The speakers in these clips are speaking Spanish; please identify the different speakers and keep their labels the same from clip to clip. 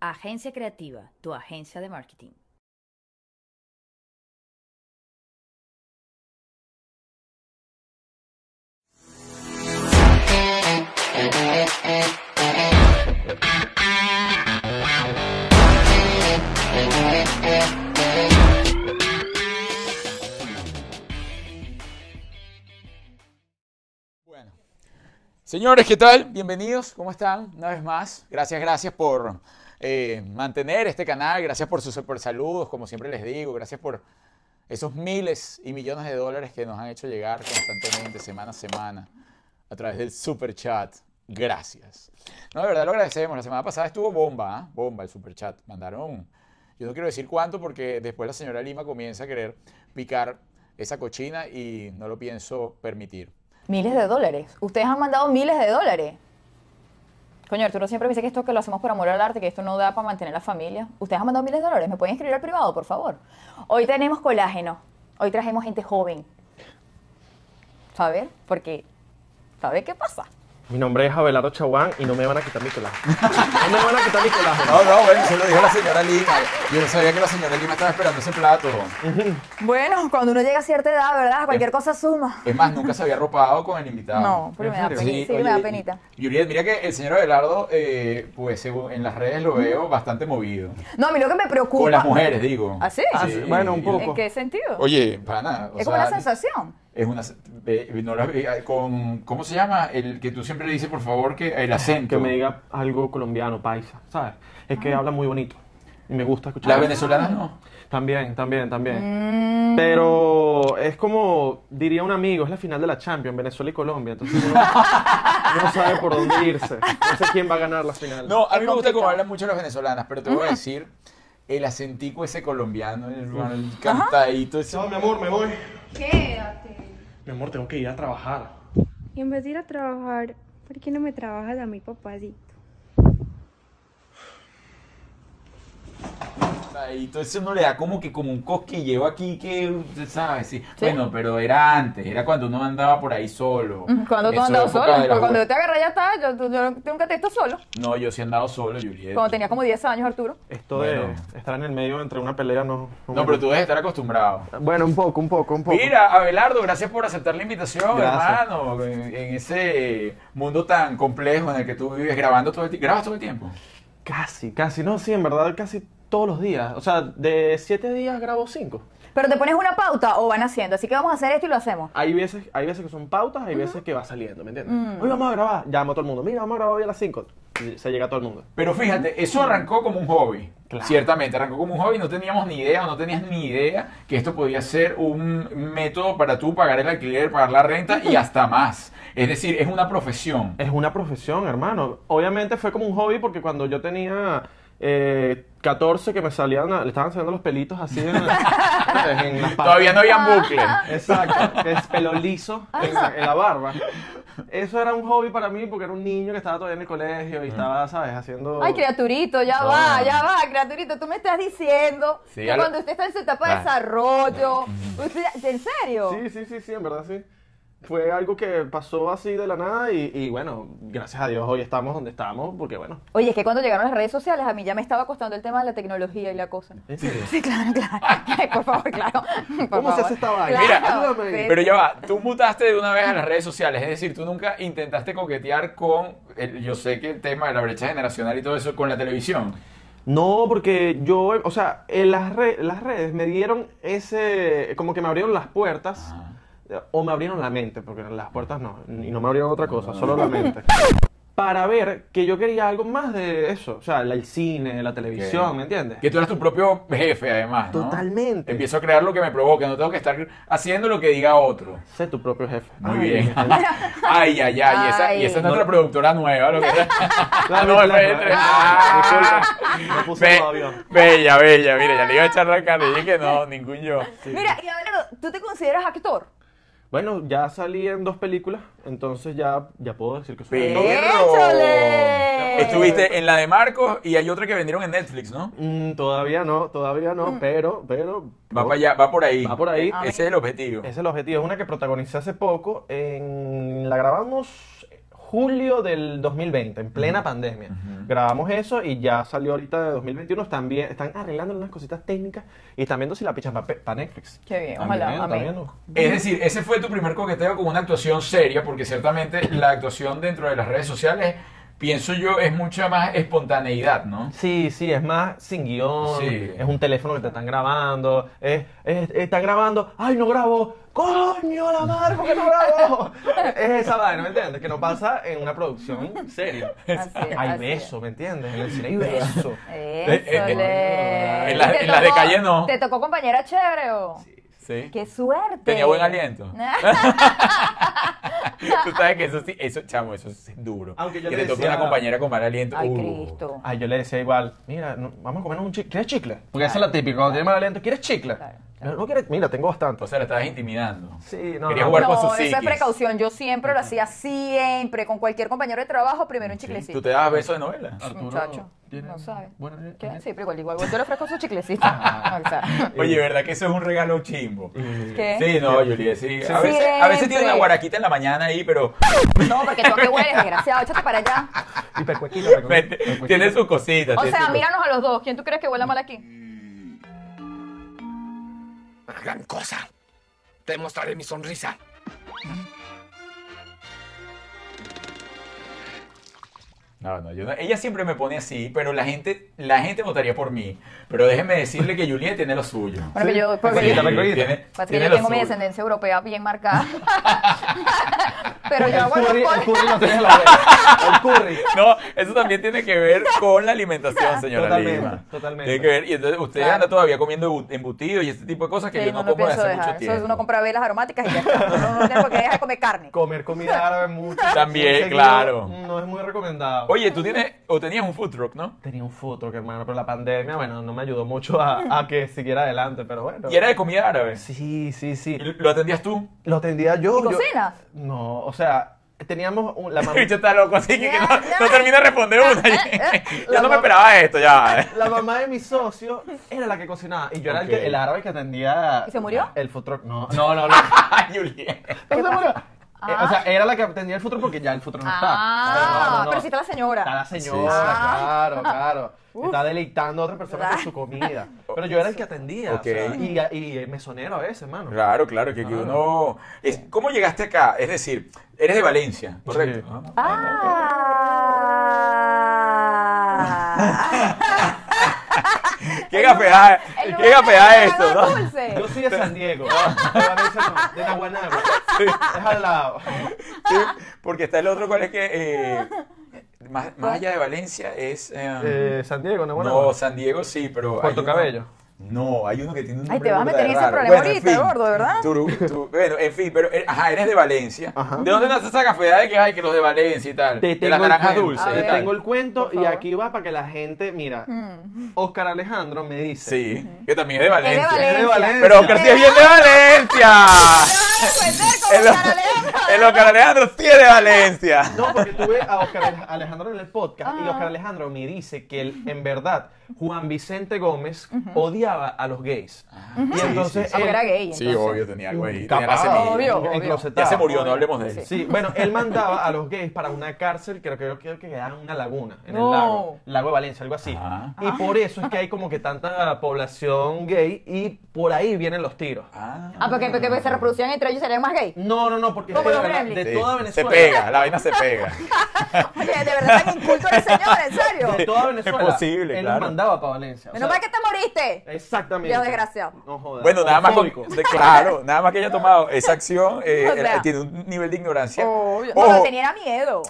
Speaker 1: agencia creativa, tu agencia de marketing.
Speaker 2: Bueno. Señores, ¿qué tal? Bienvenidos, ¿cómo están? Una vez más, gracias, gracias por eh, mantener este canal, gracias por sus super saludos, como siempre les digo, gracias por esos miles y millones de dólares que nos han hecho llegar constantemente, semana a semana, a través del super chat. Gracias. No, de verdad lo agradecemos. La semana pasada estuvo bomba, ¿ah? bomba el super chat. Mandaron, yo no quiero decir cuánto porque después la señora Lima comienza a querer picar esa cochina y no lo pienso permitir.
Speaker 3: Miles de dólares. Ustedes han mandado miles de dólares. Coño, Arturo siempre me dice que esto que lo hacemos por amor al arte, que esto no da para mantener la familia. Ustedes han mandado miles de dólares. ¿Me pueden escribir al privado, por favor? Hoy tenemos colágeno. Hoy trajimos gente joven. ¿Saber? Porque, ¿sabe qué pasa?
Speaker 4: Mi nombre es Abelardo Chaguán y no me van a quitar mi colágeno. No me van a quitar mi colágeno.
Speaker 2: No, no, bueno, se lo dijo la señora Lima. Yo no sabía que la señora Lima estaba esperando ese plato.
Speaker 3: Bueno, cuando uno llega a cierta edad, ¿verdad? Cualquier cosa suma.
Speaker 2: Es más, nunca se había ropado con el invitado.
Speaker 3: No, pero me da penita. Sí, me da penita.
Speaker 2: y- Juliet, mira que el señor Abelardo, eh, pues según en las redes lo veo bastante movido.
Speaker 3: No, a mí lo que me preocupa...
Speaker 2: Con las mujeres, digo.
Speaker 3: ¿Ah, sí?
Speaker 4: Ah, sí, bueno, un poco.
Speaker 3: ¿En qué sentido?
Speaker 2: Oye, pana. o
Speaker 3: es como una
Speaker 2: sea,
Speaker 3: sensación.
Speaker 2: Es una. eh, no la- eh, con, ¿Cómo se llama? El que tú siempre le dices, por favor, que el acento.
Speaker 4: Que me diga algo colombiano, paisa, ¿sabes? Es que habla muy bonito. Y me gusta escuchar.
Speaker 2: Las venezolanas no.
Speaker 4: También, también, también. Pero es como, diría un amigo, es la final de la Champions, Venezuela y Colombia. Entonces uno no sabe por dónde irse. No sé quién va a ganar la final.
Speaker 2: No, a mí me
Speaker 3: Es
Speaker 2: gusta
Speaker 3: complicado.
Speaker 2: como hablan mucho las venezolanas, pero te voy a decir el acentico ese colombiano, el, el cantadito. ese-
Speaker 4: No, mi amor, me voy.
Speaker 5: Quédate.
Speaker 4: Mi amor, tengo que ir a trabajar.
Speaker 5: Y en vez de ir a trabajar, ¿por qué no me trabajas a mi papacito?
Speaker 2: Y todo eso uno le da como que como un cosquilleo aquí que, usted sabe, sí. Bueno, pero era antes, era cuando uno andaba por ahí solo.
Speaker 3: Cuando tú
Speaker 2: Eso,
Speaker 3: andabas
Speaker 2: época
Speaker 3: solo,
Speaker 2: de la
Speaker 3: porque cuando
Speaker 2: ju-
Speaker 3: yo te agarré ya estaba, yo, yo- yo nunca te he visto solo.
Speaker 2: No, yo sí he andado solo, Juliet.
Speaker 3: Cuando tenías como 10 años, Arturo.
Speaker 4: Esto
Speaker 2: Bueno.
Speaker 4: de estar en el medio entre una pelea no...
Speaker 2: No, pero tú debes estar acostumbrado.
Speaker 4: Bueno, un poco, un poco, un poco.
Speaker 2: Mira, Abelardo, gracias por aceptar la invitación,
Speaker 4: Gracias.
Speaker 2: hermano. En, en ese eh, mundo tan complejo en el que tú vives grabando todo el tiempo. ¿Grabas todo el tiempo?
Speaker 4: Casi, casi, no, sí, en verdad casi todos los días. O sea, de siete días grabo cinco.
Speaker 3: Pero te pones una pauta o van haciendo, así que vamos a hacer esto y lo hacemos.
Speaker 4: Hay veces, hay veces que son pautas, hay veces que va saliendo, ¿me entiendes? Hoy vamos a grabar, llamo a todo el mundo, mira, vamos a grabar hoy a las cinco. Y Se llega a todo el mundo.
Speaker 2: Pero fíjate, eso arrancó como un hobby.
Speaker 4: Claro.
Speaker 2: Ciertamente, arrancó como un hobby, no teníamos ni idea o no tenías ni idea que esto podía ser un método para tú pagar el alquiler, pagar la renta y hasta más. Es decir, es una profesión.
Speaker 4: Es una profesión, hermano. Obviamente fue como un hobby porque cuando yo tenía eh, 14 que me salían, le estaban saliendo los pelitos así en, en las patas.
Speaker 2: Todavía no había bucle.
Speaker 4: Exacto, que es pelo liso en, la- en la barba. Eso era un hobby para mí porque era un niño que estaba todavía en el colegio y estaba, ¿sabes? Haciendo...
Speaker 3: Ay, criaturito, ya
Speaker 2: Oh. No.
Speaker 3: va, ya va, criaturito, tú me estás diciendo
Speaker 2: Sí,
Speaker 3: que
Speaker 2: a lo-
Speaker 3: cuando usted está en su etapa de
Speaker 2: Ah.
Speaker 3: desarrollo, usted, ¿en serio?
Speaker 4: Sí, sí, sí, sí, en verdad sí. Fue algo que pasó así de la nada y, y bueno, gracias a Dios hoy estamos donde estamos porque bueno.
Speaker 3: Oye, es que cuando llegaron las redes sociales a mí ya me estaba costando el tema de la tecnología y la cosa. Sí, claro, claro. Por favor, claro. Por
Speaker 4: ¿Cómo se
Speaker 3: favor.
Speaker 4: hace esta vaina?
Speaker 2: Mira,
Speaker 3: Claro,
Speaker 4: ayúdame.
Speaker 3: sí,
Speaker 2: Pero ya va, tú mutaste de una vez a las redes sociales, es decir, tú nunca intentaste coquetear con, el- yo sé que el tema de la brecha generacional y todo eso, con la televisión.
Speaker 4: No, porque yo, o sea, en las, re- las redes me dieron ese, como que me abrieron las puertas o me abrieron la mente, porque las puertas no, y no me abrieron otra cosa, solo la mente. para ver que yo quería algo más de eso. O sea, la- el cine, la televisión, ¿me entiendes?
Speaker 2: Que tú eres tu propio jefe, además. ¿no?
Speaker 4: Totalmente.
Speaker 2: Empiezo a crear lo que me provoque, no tengo que estar haciendo lo que diga otro.
Speaker 4: Sé tu propio jefe.
Speaker 2: Muy
Speaker 4: Ay,
Speaker 2: bien.
Speaker 4: Dios.
Speaker 2: Ay, ay, ay. Y esa, y esa es
Speaker 4: Ay.
Speaker 2: nuestra productora nueva. Lo que
Speaker 4: La
Speaker 2: No,
Speaker 4: mezcla-
Speaker 2: espérate.
Speaker 4: Ah, disculpa, me puse
Speaker 2: Be-
Speaker 4: todavía.
Speaker 2: bella, bella. Mira, ya le iba a echar la cara. y Dije que no, ningún yo.
Speaker 3: Mira, y ahora, ¿tú te consideras actor?
Speaker 4: Bueno, ya salí en dos películas, entonces ya, ya puedo decir que soy actor.
Speaker 2: ¡Perro!
Speaker 3: ¡Échale!
Speaker 2: Estuviste en la de Marcos y hay otra que vendieron en Netflix, ¿no?
Speaker 4: Mm, todavía no, todavía no, pero, pero.
Speaker 2: Va para allá, va por ahí.
Speaker 4: Va por ahí.
Speaker 2: Ese es el objetivo.
Speaker 4: Ese es el objetivo. Es una que protagonicé hace poco. En, la grabamos julio del 2020, en plena pandemia. Grabamos eso y ya salió ahorita de 2021. Están, bien- están arreglando unas cositas técnicas y están viendo si la pichan para Netflix.
Speaker 3: Qué bien,
Speaker 4: Están
Speaker 3: ojalá,
Speaker 4: viendo,
Speaker 3: amén.
Speaker 4: están viendo.
Speaker 2: Es decir, ese fue tu primer coqueteo con una actuación seria, porque ciertamente la actuación dentro de las redes sociales, pienso yo, es mucha más espontaneidad, ¿no?
Speaker 4: Sí, sí, es más sin guión,
Speaker 2: Sí.
Speaker 4: es un teléfono que te están grabando, es, es- están grabando, ¡ay, no grabo! ¡Coño, la madre, ¿por qué no grabo? es esa vaina, ¿me entiendes? Que no pasa en una producción seria.
Speaker 3: Así es,
Speaker 4: Hay
Speaker 3: así es.
Speaker 4: besos, ¿me entiendes? En el cine hay besos.
Speaker 3: Échale.
Speaker 2: Eh, En la-
Speaker 3: Te
Speaker 2: en la de calle no.
Speaker 3: Te tocó compañera chévere. o?
Speaker 2: Sí.
Speaker 3: Qué suerte.
Speaker 2: Tenía buen aliento. Tú sabes que eso sí, eso, chamo, eso es duro.
Speaker 4: Aunque yo
Speaker 2: que
Speaker 4: le
Speaker 2: te toque
Speaker 4: decía-
Speaker 2: una compañera con mal aliento.
Speaker 3: Ay,
Speaker 2: uh.
Speaker 3: Cristo.
Speaker 4: Ay, yo le decía igual, mira, no- vamos a comer un chicle. ¿Quieres chicle? Porque esa es la típica, cuando tienes mal aliento, ¿quieres chicle?
Speaker 3: Claro,
Speaker 4: No, no quieres, mira, tengo bastante.
Speaker 2: O sea, la estabas intimidando.
Speaker 4: Sí, no,
Speaker 2: Quería
Speaker 4: no.
Speaker 2: jugar
Speaker 3: No,
Speaker 2: con sus
Speaker 3: eso
Speaker 2: psiquis.
Speaker 3: es precaución. Yo siempre lo hacía siempre, con cualquier compañero de trabajo, primero un
Speaker 2: ¿Tú
Speaker 3: chiclecito.
Speaker 2: te dabas besos de novela?
Speaker 4: Arturo,
Speaker 3: Muchacho,
Speaker 4: ¿tiene-
Speaker 3: no sabe.
Speaker 4: Bueno,
Speaker 3: ¿Qué? Sí, pero igual, igual, yo le ofrezco su chiclecito.
Speaker 2: Ah.
Speaker 3: O sea,
Speaker 2: Oye, ¿verdad que eso es un regalo chimbo?
Speaker 3: ¿Qué?
Speaker 2: Sí, no, Juliet, sí. A veces, a veces
Speaker 3: ¿Eh? Siempre.
Speaker 2: tiene una guaraquita en la mañana ahí, pero
Speaker 3: No, porque tú a qué hueles, desgraciado. Échate para allá.
Speaker 4: Y percuequito, percuequito, percuequito.
Speaker 2: tiene sus cositas.
Speaker 3: O
Speaker 2: tiene
Speaker 3: sea,
Speaker 2: sus
Speaker 3: míranos a los dos. ¿Quién tú crees que huele mal aquí?
Speaker 6: gran cosa. Te mostraré mi sonrisa.
Speaker 2: No, no, yo no- Ella siempre me pone así, pero la gente, la gente votaría por mí. Pero déjeme decirle que Juliet tiene lo suyo.
Speaker 3: Bueno, que yo, porque
Speaker 4: Sí,
Speaker 3: yo-
Speaker 4: también.
Speaker 2: tiene,
Speaker 3: Pasa que
Speaker 2: tiene
Speaker 3: yo
Speaker 2: lo
Speaker 3: tengo mi
Speaker 2: suyo.
Speaker 3: descendencia europea bien marcada. Pero pues. yo
Speaker 4: El
Speaker 3: hago los
Speaker 4: curry, el
Speaker 3: polis-
Speaker 4: curry no tiene la vez. El curry.
Speaker 2: No, eso también tiene que ver con la alimentación, señora
Speaker 4: Totalmente,
Speaker 2: Lima.
Speaker 4: totalmente.
Speaker 2: Tiene que ver, y entonces usted
Speaker 3: Claro.
Speaker 2: anda todavía comiendo embu- embutidos y este tipo de cosas que
Speaker 3: Sí,
Speaker 2: yo no, como desde
Speaker 3: pienso
Speaker 2: hace
Speaker 3: dejar.
Speaker 2: mucho
Speaker 3: Eso es,
Speaker 2: tiempo.
Speaker 3: uno compra velas aromáticas y ya está. Uno no tiene por qué dejar de comer carne.
Speaker 4: Comer comida árabe mucho.
Speaker 2: También,
Speaker 4: muy seguido,
Speaker 2: claro.
Speaker 4: No es muy recomendado.
Speaker 2: Oye, tú tienes, o tenías un food truck, ¿no?
Speaker 4: Tenía un futuro, que, hermano, pero la pandemia, bueno, no me ayudó mucho a, a que siguiera adelante, pero bueno.
Speaker 2: Y era de comida árabe.
Speaker 4: Sí, sí, sí.
Speaker 2: ¿Y ¿Lo atendías tú?
Speaker 4: Lo atendía yo.
Speaker 3: ¿Y
Speaker 4: yo-
Speaker 3: cocinas?
Speaker 4: No, o sea, teníamos un- la mamá.
Speaker 2: El bicho está loco, así que, que no,
Speaker 3: Ya,
Speaker 2: no
Speaker 3: ya.
Speaker 2: termina de responder una. Yo no me esperaba esto, ya.
Speaker 4: La mamá de mi socio era la que cocinaba y yo era el,
Speaker 2: Ok.
Speaker 4: que- el árabe que atendía.
Speaker 3: ¿Y se murió?
Speaker 4: El food truck. No, no, no. no.
Speaker 2: Ay, Juliet.
Speaker 4: ¿No se murió? Eh, o sea, era la que atendía el food truck porque ya el food truck no está.
Speaker 3: Ah,
Speaker 4: No, no, no.
Speaker 3: pero si está la señora.
Speaker 4: Está la señora, claro, claro. Está deleitando a otra persona con su comida. Pero yo era el que atendía.
Speaker 2: Ok.
Speaker 4: o sea, y, y mesonero a veces, mano.
Speaker 2: Claro, claro, que, que uno... es- ¿Cómo llegaste acá? Es decir, eres de Valencia, correcto.
Speaker 4: Sí.
Speaker 2: Ah,
Speaker 3: Ah.
Speaker 2: Qué gafeada,
Speaker 3: El
Speaker 2: qué
Speaker 3: lugar
Speaker 2: gafeada
Speaker 3: de
Speaker 2: esto,
Speaker 3: los
Speaker 2: ¿no?
Speaker 3: dulces.
Speaker 4: Yo soy de San Diego. De Valencia no, de Naguanabo. Es al lado.
Speaker 2: Sí, porque está el otro, ¿cuál es que? eh, más, más allá de Valencia es... eh,
Speaker 4: Eh, San Diego, Naguanabo.
Speaker 2: no, San Diego sí, pero... hay
Speaker 4: Puerto
Speaker 2: uno-
Speaker 4: Cabello.
Speaker 2: No, hay uno que tiene un
Speaker 3: Ay,
Speaker 2: nombre
Speaker 3: te vas a
Speaker 2: burda
Speaker 3: meter
Speaker 2: de
Speaker 3: en ese
Speaker 2: raro.
Speaker 3: problema
Speaker 2: en
Speaker 3: ahorita,
Speaker 2: fin.
Speaker 3: gordo, ¿verdad?
Speaker 2: Tú- tú- bueno, en fin, pero... eh, Ajá, eres de Valencia. ¿De dónde nace esa gafeada de que hay que los de Valencia y tal?
Speaker 4: Te
Speaker 2: de
Speaker 4: tengo
Speaker 2: las
Speaker 4: el
Speaker 2: naranjas
Speaker 4: cuento,
Speaker 2: dulces
Speaker 3: A
Speaker 2: y
Speaker 4: Te
Speaker 3: ver.
Speaker 2: tal.
Speaker 4: tengo el cuento
Speaker 3: Por
Speaker 4: y
Speaker 3: favor. Mm.
Speaker 4: aquí va para que la gente, mira, Oscar Alejandro me dice,
Speaker 2: Sí, que también es de Valencia.
Speaker 3: Valencia.
Speaker 4: es de Valencia.
Speaker 2: Pero Oscar sí es bien de Valencia. El,
Speaker 3: Te van a ofender como Sara Leandro.
Speaker 2: el Oscar Alejandro sí es de Valencia.
Speaker 4: No, porque
Speaker 3: Ah.
Speaker 4: tuve a Oscar Ale- Alejandro en el podcast y Oscar Alejandro me dice que él, en verdad Juan Vicente Gómez odiaba a los gays. Y entonces
Speaker 3: Ah, porque
Speaker 4: él-
Speaker 3: era gay.
Speaker 2: Sí,
Speaker 3: entonces.
Speaker 2: obvio, tenía algo ahí. Tenía la
Speaker 4: Capaz,
Speaker 2: semilla.
Speaker 3: Obvio,
Speaker 4: en-
Speaker 3: obvio.
Speaker 4: enclosetado.
Speaker 2: Ya se murió, no
Speaker 4: Obvio.
Speaker 2: hablemos de él.
Speaker 4: Sí, bueno, él mandaba a los gays para una cárcel, creo que, creo que quedaba en una laguna, en
Speaker 3: No.
Speaker 4: el lago, lago de Valencia, algo así.
Speaker 2: Ah.
Speaker 4: Y por eso es que hay como que tanta población gay y por ahí vienen los tiros.
Speaker 3: Ah, porque, porque se reproducían entre ellos y serían más gay.
Speaker 4: No, no, no, porque
Speaker 3: Como
Speaker 4: de,
Speaker 3: los
Speaker 4: verdad,
Speaker 3: gremlins.
Speaker 4: de
Speaker 2: Sí,
Speaker 4: toda
Speaker 2: se
Speaker 4: Venezuela.
Speaker 2: pega, la vaina se pega.
Speaker 3: Oye, de verdad tan inculto el señor, en
Speaker 4: De
Speaker 3: serio.
Speaker 4: toda Venezuela.
Speaker 2: Es posible,
Speaker 4: él
Speaker 2: claro.
Speaker 4: los mandaba para Valencia. o
Speaker 3: Menos
Speaker 4: sea,
Speaker 3: mal que te moriste.
Speaker 4: Exactamente.
Speaker 3: Dios desgraciado.
Speaker 4: No jodas.
Speaker 2: Bueno, nada más, con-
Speaker 4: Homofóbico.
Speaker 2: de- claro, nada más que haya tomado esa acción, eh,
Speaker 3: O sea.
Speaker 2: tiene un nivel de ignorancia.
Speaker 3: Obvio. No,
Speaker 2: Ojo,
Speaker 3: pero tenía miedo.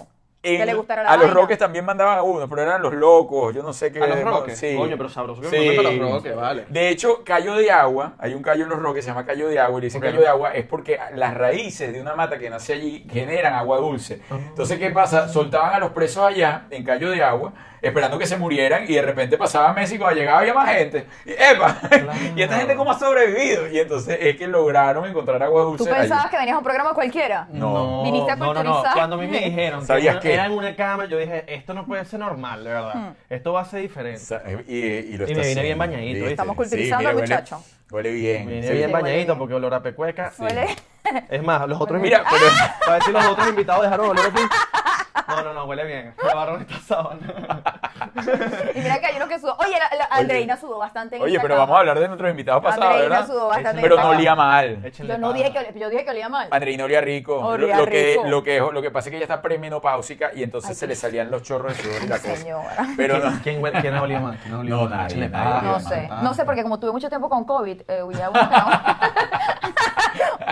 Speaker 2: en-
Speaker 3: Que le gustara la
Speaker 2: a los
Speaker 3: vaina.
Speaker 2: Roques también mandaban a uno, pero eran los locos, yo no sé qué.
Speaker 4: A los Roques.
Speaker 2: Sí.
Speaker 4: Coño, pero sabroso. que me
Speaker 2: Sí.
Speaker 4: mandan a los Roques, vale.
Speaker 2: De hecho, callo de agua, hay un callo en los Roques, se llama callo de agua, y le dicen
Speaker 4: Ok.
Speaker 2: callo de agua, es porque las raíces de una mata que nace allí generan agua dulce.
Speaker 4: Ah.
Speaker 2: Entonces, ¿qué pasa? Soltaban a los presos allá, en callo de agua, esperando que se murieran, y de repente pasaba México, y cuando llegaba había más gente. Y, ¡Epa! ¿Y esta gente cómo ha sobrevivido? Y entonces es que lograron encontrar agua dulce.
Speaker 3: ¿Tú
Speaker 2: allí.
Speaker 3: pensabas que venías a un programa cualquiera?
Speaker 2: No.
Speaker 3: Viniste a
Speaker 4: no, no, no.
Speaker 3: culturizar.
Speaker 4: Cuando a mí me dijeron que
Speaker 2: ¿Sabías
Speaker 4: era-
Speaker 2: qué?
Speaker 4: era en una cama, yo dije, esto no puede ser normal, de verdad.
Speaker 3: Hmm.
Speaker 4: Esto va a ser diferente.
Speaker 2: Sa- Y, y lo
Speaker 4: Y
Speaker 2: está
Speaker 4: me vine bien
Speaker 2: haciendo,
Speaker 4: bañadito,
Speaker 2: ¿viste?
Speaker 4: ¿viste? Estamos
Speaker 3: culturizando al
Speaker 2: huele-
Speaker 3: muchacho.
Speaker 2: Huele bien.
Speaker 4: Vine
Speaker 2: sí.
Speaker 4: bien
Speaker 3: huele
Speaker 4: bañadito
Speaker 3: bien.
Speaker 4: porque olor a pecueca.
Speaker 3: Huele-
Speaker 4: Es más, los otros
Speaker 2: Mira,
Speaker 4: invitados.
Speaker 2: pero-
Speaker 3: Ah.
Speaker 4: A ver si los otros invitados dejaron oler aquí. No, no, no, huele bien. Me agarraron esta sábana.
Speaker 3: Y mira que hay uno que sudó. Oye, la, la- Andreina sudó bastante en
Speaker 2: Oye,
Speaker 3: esta
Speaker 2: pero
Speaker 3: cama.
Speaker 2: vamos a hablar de nuestros invitados pasados,
Speaker 3: Andreina
Speaker 2: ¿verdad?
Speaker 3: sudó bastante
Speaker 2: Pero
Speaker 3: en
Speaker 2: no
Speaker 3: esta
Speaker 2: olía
Speaker 3: cama.
Speaker 2: mal.
Speaker 4: Échenle
Speaker 3: Yo no
Speaker 4: paja.
Speaker 3: dije que olía, yo dije que olía mal.
Speaker 2: Andreina olía rico. Lo-
Speaker 3: Olía
Speaker 2: lo, que,
Speaker 3: rico.
Speaker 2: Lo, que, lo que pasa es que ella está premenopáusica y entonces
Speaker 3: Ay,
Speaker 2: se
Speaker 3: qué
Speaker 2: le salían los chorros de sudor y la cosa.
Speaker 3: Señora.
Speaker 2: Pero no.
Speaker 4: ¿Quién, huele- quién olía más? ¿Quién olía
Speaker 2: No,
Speaker 4: más?
Speaker 2: nadie,
Speaker 4: Échenle
Speaker 2: nadie.
Speaker 4: paja,
Speaker 3: No
Speaker 4: échenle
Speaker 3: sé,
Speaker 4: paja.
Speaker 3: no sé, porque como tuve mucho tiempo con COVID, eh, hubo uno que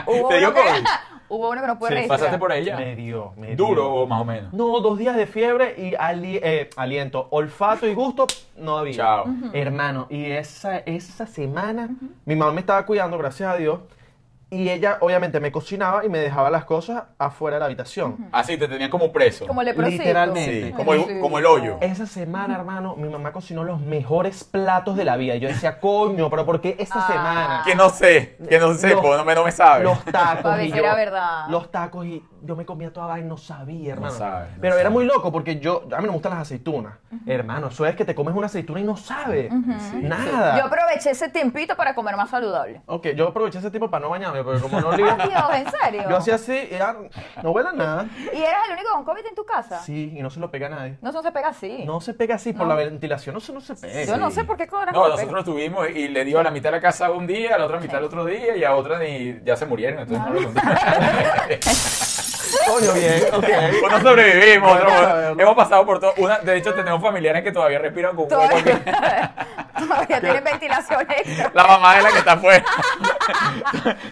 Speaker 3: no- hubo
Speaker 2: ¿Te
Speaker 3: uno
Speaker 2: dio
Speaker 3: que-
Speaker 2: COVID?
Speaker 3: hubo uno que no puede
Speaker 4: Sí,
Speaker 3: registrar.
Speaker 2: Pasaste por ella.
Speaker 4: Me dio, me dio.
Speaker 2: Duro o más o menos.
Speaker 4: No, dos días de fiebre y ali- eh, aliento, olfato y gusto no había.
Speaker 2: Chao.
Speaker 4: Hermano, y esa, esa semana mi mamá me estaba cuidando, gracias a Dios, y ella obviamente me cocinaba y me dejaba las cosas afuera de la habitación.
Speaker 2: Así te tenían como preso.
Speaker 3: Como leprosito.
Speaker 4: Literalmente.
Speaker 2: Sí, como el, como el hoyo.
Speaker 4: Esa semana, hermano, mi mamá cocinó los mejores platos de la vida. Yo decía, coño, pero ¿por qué esta
Speaker 3: Ah.
Speaker 4: semana?
Speaker 2: Que no sé, que no sé,
Speaker 4: Los-
Speaker 2: porque no me, no me sabe.
Speaker 4: Los
Speaker 3: A
Speaker 4: tacos.
Speaker 3: ver,
Speaker 4: y
Speaker 3: era
Speaker 4: yo-
Speaker 3: verdad.
Speaker 4: Los tacos y yo me comía toda vaina y no sabía, hermano.
Speaker 2: sabe, no
Speaker 4: Pero era
Speaker 2: sabe.
Speaker 4: muy loco porque yo, a mí no me gustan las aceitunas. Hermano, eso es que te comes una aceituna y no sabes. Nada.
Speaker 3: Yo aproveché ese tiempito para comer más saludable.
Speaker 4: Ok, yo aproveché ese tiempo para no bañarme, porque como no olía.
Speaker 3: Ay, Dios, ¿en serio?
Speaker 4: yo hacía así y ya no huele a nada.
Speaker 3: ¿Y eras el único con COVID en tu casa?
Speaker 4: Sí, y no se lo pega a nadie.
Speaker 3: No, eso no se pega así.
Speaker 4: No se pega así, por la ventilación no se, no se pega.
Speaker 3: Yo no sé por qué cobras
Speaker 2: No,
Speaker 3: no se pega.
Speaker 2: nosotros tuvimos y le dio a la mitad de la casa un día, a la otra mitad el otro día y a otra y ya se murieron. Entonces no lo conté.
Speaker 4: Coño, bien, ok.
Speaker 2: Uno Pues sobrevivimos, otro-
Speaker 4: Claro.
Speaker 2: hemos pasado por todo. Una, de hecho, tenemos familiares que todavía respiran con un hueco aquí.
Speaker 3: Todavía, todavía tienen ventilación extra.
Speaker 2: La mamá de la que está afuera.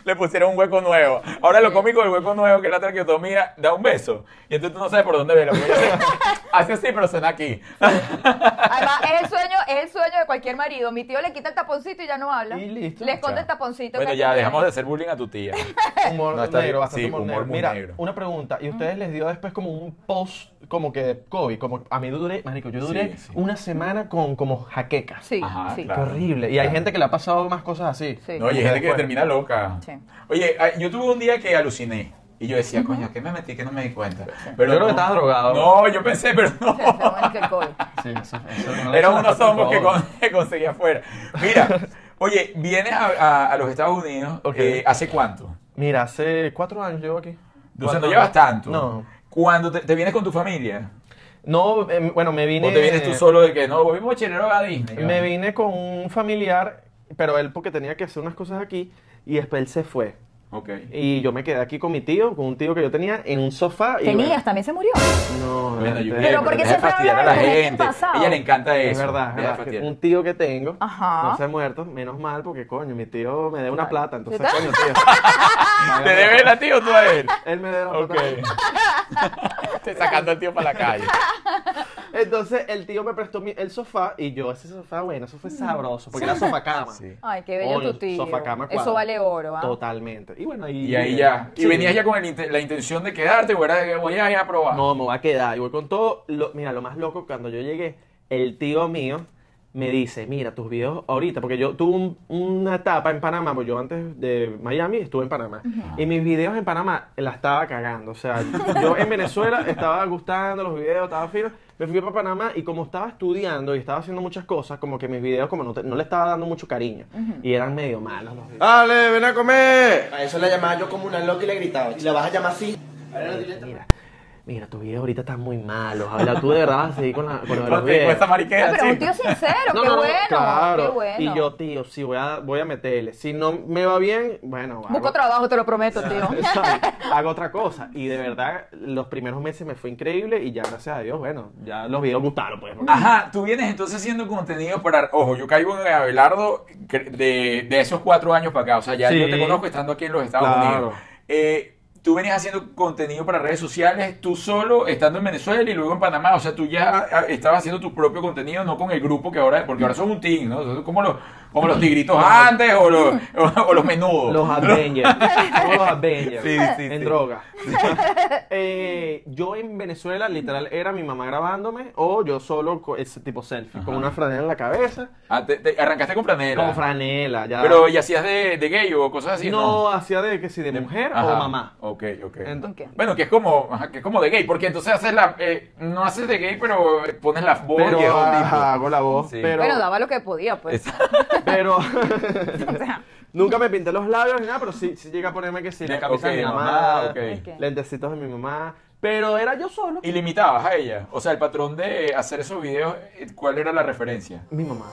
Speaker 2: Le pusieron un hueco nuevo. Ahora lo cómico del hueco nuevo, que es la traqueotomía, da un beso. Y entonces tú no sabes por dónde verlo. porque ella hace- Hace así, pero suena aquí.
Speaker 3: Además, es el sueño, es el sueño de cualquier marido. Mi tío le quita el taponcito y ya no habla.
Speaker 4: Y listo.
Speaker 3: Le esconde
Speaker 2: Chao.
Speaker 3: el taponcito.
Speaker 2: Bueno,
Speaker 3: que-
Speaker 2: ya dejamos de hacer bullying a tu tía.
Speaker 4: Humor
Speaker 2: No, está
Speaker 4: negro,
Speaker 2: bien.
Speaker 4: bastante
Speaker 2: Sí,
Speaker 4: humor,
Speaker 2: humor
Speaker 4: negro.
Speaker 2: muy
Speaker 4: Mira,
Speaker 2: negro.
Speaker 4: una pregunta. ¿Y ustedes
Speaker 3: Mm.
Speaker 4: les dio después como un post como que de COVID? Como a mí duré, marico, yo duré
Speaker 2: Sí, sí.
Speaker 4: una semana con como jaquecas.
Speaker 3: Sí,
Speaker 2: Ajá,
Speaker 3: sí.
Speaker 2: claro.
Speaker 4: Qué horrible. Y hay gente que le ha pasado más cosas así.
Speaker 3: Sí.
Speaker 2: No, y hay gente que
Speaker 4: Después.
Speaker 2: termina loca.
Speaker 3: Sí.
Speaker 2: Oye, ay, yo tuve un día que aluciné. Y yo decía, coño, ¿qué me metí que no me di cuenta? Pero
Speaker 4: Yo creo
Speaker 2: no.
Speaker 4: que estabas drogado.
Speaker 2: No, yo pensé, pero no.
Speaker 3: Pero bueno, que el COVID.
Speaker 4: Sí, eso, eso no
Speaker 2: Eran
Speaker 4: lo he hecho,
Speaker 2: unos
Speaker 4: por
Speaker 2: hongos que,
Speaker 4: favor.
Speaker 2: con- que conseguí afuera. Mira, oye, vienes a, a- a los Estados Unidos,
Speaker 4: Ok.
Speaker 2: eh, ¿hace cuánto?
Speaker 4: Mira, hace cuatro años llevo
Speaker 2: O
Speaker 4: aquí.
Speaker 2: sea,
Speaker 4: Cuatro
Speaker 2: no llevas
Speaker 4: años.
Speaker 2: tanto.
Speaker 4: No.
Speaker 2: Cuando te, te vienes con tu familia,
Speaker 4: No, eh, bueno, me vine...
Speaker 2: o te vienes tú solo de que no, volvimos mochilero a Disney.
Speaker 4: Me vine con un familiar, pero él porque tenía que hacer unas cosas aquí, y después él se fue.
Speaker 2: Ok.
Speaker 4: Y yo me quedé aquí con mi tío, con un tío que yo tenía, en un sofá. y
Speaker 3: Tenías,
Speaker 4: bueno,
Speaker 3: también se murió.
Speaker 4: No,
Speaker 2: Bueno, yo-
Speaker 4: gente,
Speaker 3: Pero porque
Speaker 2: deja de
Speaker 3: siempre
Speaker 2: fastidiar a
Speaker 3: habla
Speaker 2: la
Speaker 3: de lo que
Speaker 2: gente.
Speaker 3: ha pasado.
Speaker 2: A ella le encanta eso.
Speaker 4: es verdad,
Speaker 2: Deja
Speaker 4: es
Speaker 2: de
Speaker 4: verdad, que
Speaker 2: fastidiar.
Speaker 4: un tío que tengo
Speaker 3: Ajá.
Speaker 4: no se ha muerto, menos mal, porque coño, mi tío me debe una plata, entonces
Speaker 3: ¿Verdad?
Speaker 4: coño, tío.
Speaker 2: ¿Te debes la tío tú a él?
Speaker 4: Él me debe una
Speaker 2: Ok.
Speaker 4: plata.
Speaker 2: Te sacando al tío para la calle.
Speaker 4: Entonces el tío me prestó mi- el sofá y yo, ese sofá, bueno, eso fue sabroso, porque era sofá cama.
Speaker 2: Sí.
Speaker 3: Ay, qué bello
Speaker 4: Coño,
Speaker 3: tu tío.
Speaker 4: sofá cama
Speaker 3: Eso
Speaker 4: cuadra.
Speaker 3: vale oro, ¿ah?
Speaker 4: Totalmente. Y bueno, ahí.
Speaker 2: Y ahí ya. ¿Y
Speaker 4: Sí.
Speaker 2: venías ya con el inte- la intención de quedarte o era de que voy a ir a probar?
Speaker 4: No, me voy a quedar. Y voy con todo. Lo, mira, lo más loco, cuando yo llegué, el tío mío me dice, mira, tus videos ahorita, porque yo tuve un- una etapa en Panamá, porque yo antes de Miami estuve en Panamá. Y mis videos en Panamá la estaba cagando. O sea, yo en Venezuela estaba gustando los videos, estaba fino. Me fui para Panamá y como estaba estudiando y estaba haciendo muchas cosas, como que mis videos como no, te- no le estaba dando mucho cariño. Y eran medio malos los videos.
Speaker 7: ¡Dale, ven a comer!
Speaker 8: A eso la llamaba yo como una loca y le gritaba. ¿Y la vas a llamar así?
Speaker 4: Mira, mira, tus videos ahorita están muy malos. Habla tú de verdad vas a seguir con, la, con lo de los
Speaker 2: Con con
Speaker 4: videos.
Speaker 2: esta mariquera,
Speaker 3: Ay, pero un
Speaker 2: chico.
Speaker 3: tío sincero,
Speaker 4: No,
Speaker 3: qué
Speaker 4: no, no,
Speaker 3: bueno.
Speaker 4: claro.
Speaker 3: Qué bueno.
Speaker 4: Y yo, tío, sí, voy a, voy a meterle. Si no me va bien, bueno,
Speaker 3: Busco
Speaker 4: hago-
Speaker 3: trabajo, te lo prometo, tío.
Speaker 4: ¿sabes? hago otra cosa. Y de verdad, los primeros meses me fue increíble y ya, gracias a Dios, bueno, ya los videos gustaron,
Speaker 3: Mm.
Speaker 4: pues. porque-
Speaker 2: Ajá, tú vienes entonces haciendo contenido para. Ojo, yo caigo en Abelardo cre- de, de esos cuatro años para acá. O sea, ya
Speaker 4: Sí.
Speaker 2: yo te conozco estando aquí en los Estados
Speaker 4: Claro.
Speaker 2: Unidos. Eh, tú venías haciendo contenido para redes sociales tú solo, estando en Venezuela y luego en Panamá. O sea, tú ya ah, estabas haciendo tu propio contenido, no con el grupo que ahora, porque ahora son un team, ¿no? Son Como los, como los tigritos antes o los, o, o los menudos.
Speaker 4: Los Avengers. todos los Avengers.
Speaker 2: Sí, sí,
Speaker 4: en
Speaker 2: sí.
Speaker 4: droga. Eh, yo en Venezuela, literal, era mi mamá grabándome o yo solo co- ese tipo selfie, con una franela en la cabeza,
Speaker 2: Ah, te- te- arrancaste con Planera.
Speaker 4: con franela. Ya.
Speaker 2: Pero, ¿y hacías de, de gay o cosas así?
Speaker 4: no, hacía de que si de mujer o
Speaker 2: Ajá.
Speaker 4: mamá.
Speaker 2: Ok, ok.
Speaker 4: Ento-
Speaker 3: Ok.
Speaker 2: bueno, que es como, ajá, que es como de gay, porque entonces haces la, eh, no haces de gay, pero eh, pones la voz
Speaker 4: pero
Speaker 2: y es un tipo.
Speaker 4: ajá, hago la voz,
Speaker 2: Sí.
Speaker 4: pero,
Speaker 3: Bueno, daba lo que podía, pues.
Speaker 4: pero
Speaker 3: O sea,
Speaker 4: nunca me pinté los labios ni nada, pero sí, sí llegué a ponerme que sí, la
Speaker 2: Ok,
Speaker 4: camisa de mi mamá,
Speaker 2: mamá, ok.
Speaker 3: Ok.
Speaker 4: lentecitos de mi mamá, pero era yo solo.
Speaker 2: Y limitabas a ella. O sea, el patrón de hacer esos videos, eh, ¿cuál era la referencia?
Speaker 4: Mi mamá.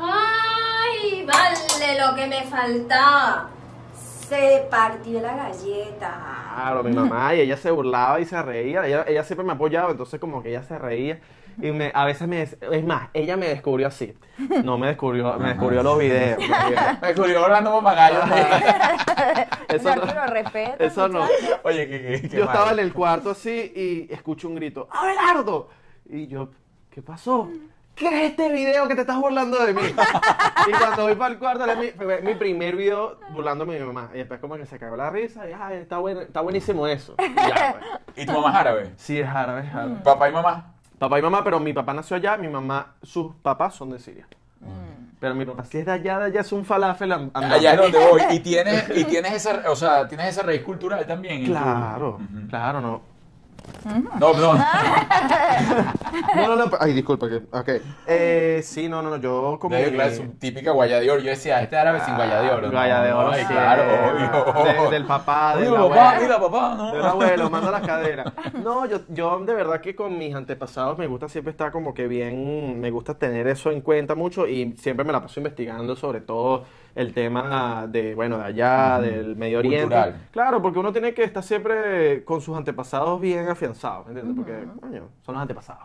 Speaker 7: ¡Ay, vale lo que me faltaba! Se partió la galleta.
Speaker 4: Claro, mi mamá, y ella se burlaba y se reía. Ella, ella siempre me apoyaba, entonces como que ella se reía. Y me, a veces me... des- Es más, ella me descubrió así. No me descubrió, me descubrió los videos. porque
Speaker 2: Me descubrió Orlando Papagayo.
Speaker 4: Eso
Speaker 3: Arturo,
Speaker 4: no,
Speaker 3: respeta,
Speaker 4: eso no.
Speaker 2: Oye, que, que, que
Speaker 4: Yo
Speaker 2: mal.
Speaker 4: estaba en el cuarto así y escucho un grito, ¡Abelardo! Y yo, ¿qué pasó? ¿Qué es este video que te estás burlando de mí? y cuando voy para el cuarto, era mi, fue mi primer video burlándome de mi mamá. Y después como que se cagó la risa y, ay, está, bueno, está buenísimo eso. Y ya, pues.
Speaker 2: ¿Y tu mamá es árabe?
Speaker 4: Sí, es árabe, es árabe.
Speaker 2: Papá y mamá.
Speaker 4: Papá y mamá, pero mi papá nació allá, mi mamá, sus papás son de Siria. Pero mi papá sí es de allá, de allá es un falafel am- andando.
Speaker 2: Allá es donde voy. Y tienes, y tienes esa, o sea, tienes esa raíz cultural también. en tu-
Speaker 4: Claro, claro, no.
Speaker 2: No, no.
Speaker 4: No, no, no, ay, disculpa, que, ok. Eh, sí, no, no, no, yo como...
Speaker 2: Claro, claro, es un típica guaya de oro. Yo decía, este árabe sin guaya de oro.
Speaker 4: Guaya de oro,
Speaker 2: Ay,
Speaker 4: sí.
Speaker 2: claro, obvio.
Speaker 4: De- del papá, del
Speaker 2: Mira,
Speaker 4: abuelo.
Speaker 2: papá, mira, papá, no.
Speaker 4: Del abuelo, manda las caderas. No, yo, yo de verdad que con mis antepasados me gusta siempre estar como que bien, me gusta tener eso en cuenta mucho y siempre me la paso investigando sobre todo el tema de, bueno, de allá, del Medio Oriente.
Speaker 2: Cultural.
Speaker 4: Claro, porque uno tiene que estar siempre con sus antepasados bien afianzados, ¿me entiendes? Porque, coño, son los antepasados.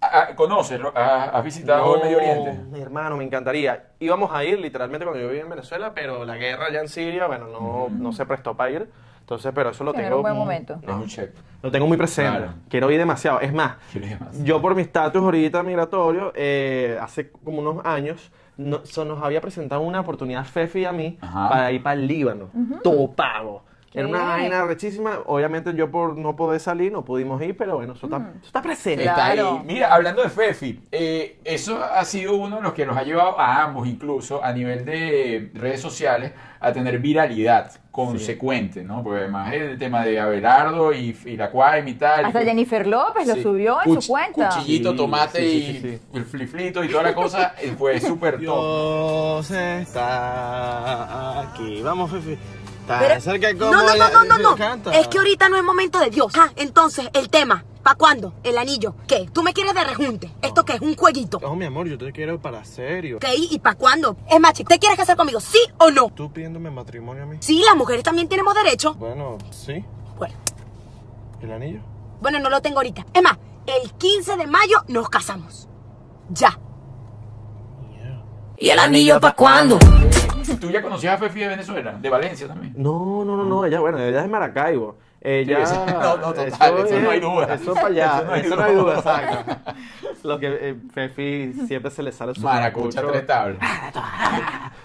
Speaker 2: Ah, ah, ¿Conoces? lo- ah, ¿Has visitado el
Speaker 4: No,
Speaker 2: Medio Oriente?
Speaker 4: Mi hermano, me encantaría. Íbamos a ir literalmente cuando yo vivía en Venezuela, pero la guerra allá en Siria, bueno, no, no se prestó para ir. Entonces, pero eso lo
Speaker 3: Sí,
Speaker 4: tengo.
Speaker 3: era un buen
Speaker 4: muy-
Speaker 3: momento.
Speaker 2: Es un check.
Speaker 4: Lo tengo muy presente.
Speaker 2: Claro.
Speaker 4: Quiero ir demasiado. Es más,
Speaker 2: Quiero ir demasiado.
Speaker 4: yo por mi estatus ahorita migratorio, eh, hace como unos años, no- se nos había presentado una oportunidad Fefi a mí
Speaker 2: Ajá.
Speaker 4: para ir para el Líbano. Todo pago. Era una
Speaker 3: Qué bien.
Speaker 4: vaina rechísima. Obviamente yo por no poder salir, no pudimos ir, pero bueno, eso
Speaker 3: Mm.
Speaker 4: está, eso está presente.
Speaker 2: Está ahí.
Speaker 3: Claro.
Speaker 2: Mira, hablando de Fefi, eh, eso ha sido uno de los que nos ha llevado a ambos, incluso a nivel de redes sociales, a tener viralidad consecuente, ¿no? Porque además el tema de Abelardo y, y la cual y tal.
Speaker 3: Hasta
Speaker 2: que-
Speaker 3: Jennifer López lo
Speaker 2: Sí.
Speaker 3: subió en
Speaker 2: Cuch-
Speaker 3: su cuenta.
Speaker 2: Cuchillito,
Speaker 4: Sí,
Speaker 2: tomate
Speaker 4: sí, sí, sí,
Speaker 2: y
Speaker 4: sí.
Speaker 2: el fliflito y toda la cosa eh, fue súper top.
Speaker 9: Dios está aquí. Vamos, Fefi. Tan
Speaker 4: Ah,
Speaker 7: Pero-
Speaker 9: cerca
Speaker 7: No,
Speaker 9: como
Speaker 7: no,
Speaker 9: ella-
Speaker 7: no, no, no, no.
Speaker 9: Canta.
Speaker 7: Es que ahorita no es momento de Dios. Ah, entonces, el tema. ¿Pa' cuándo? El anillo. ¿Qué? ¿Tú me quieres de rejunte? ¿Esto qué es? ¿Un jueguito?
Speaker 9: Oh, mi amor, yo te quiero para serio.
Speaker 7: ¿Ok? ¿Y pa' cuándo? Es más, chico, ¿te quieres casar conmigo? ¿Sí o no?
Speaker 9: ¿Tú pidiéndome matrimonio a mí?
Speaker 7: Sí, las mujeres también tenemos derecho.
Speaker 9: Bueno, sí.
Speaker 7: Bueno,
Speaker 9: ¿El anillo?
Speaker 7: bueno, no lo tengo ahorita. Es más, el 15 de mayo nos casamos. Ya. ¿Y el anillo para cuándo?
Speaker 2: ¿Tú ya conocías a Fefi de Venezuela? De Valencia también.
Speaker 4: No, no, no,
Speaker 9: Mm.
Speaker 4: no, ella, bueno, ella es de Maracaibo. Ella, eh,
Speaker 2: Sí, ese- no, no, total, eso no hay duda.
Speaker 4: Eso para allá,
Speaker 2: Eso
Speaker 4: eso
Speaker 2: no hay
Speaker 4: no hay
Speaker 2: duda.
Speaker 4: duda, exacto. Lo que eh, Fefi siempre se le sale su
Speaker 2: Maracucha
Speaker 4: maracucho.
Speaker 2: tres tablas.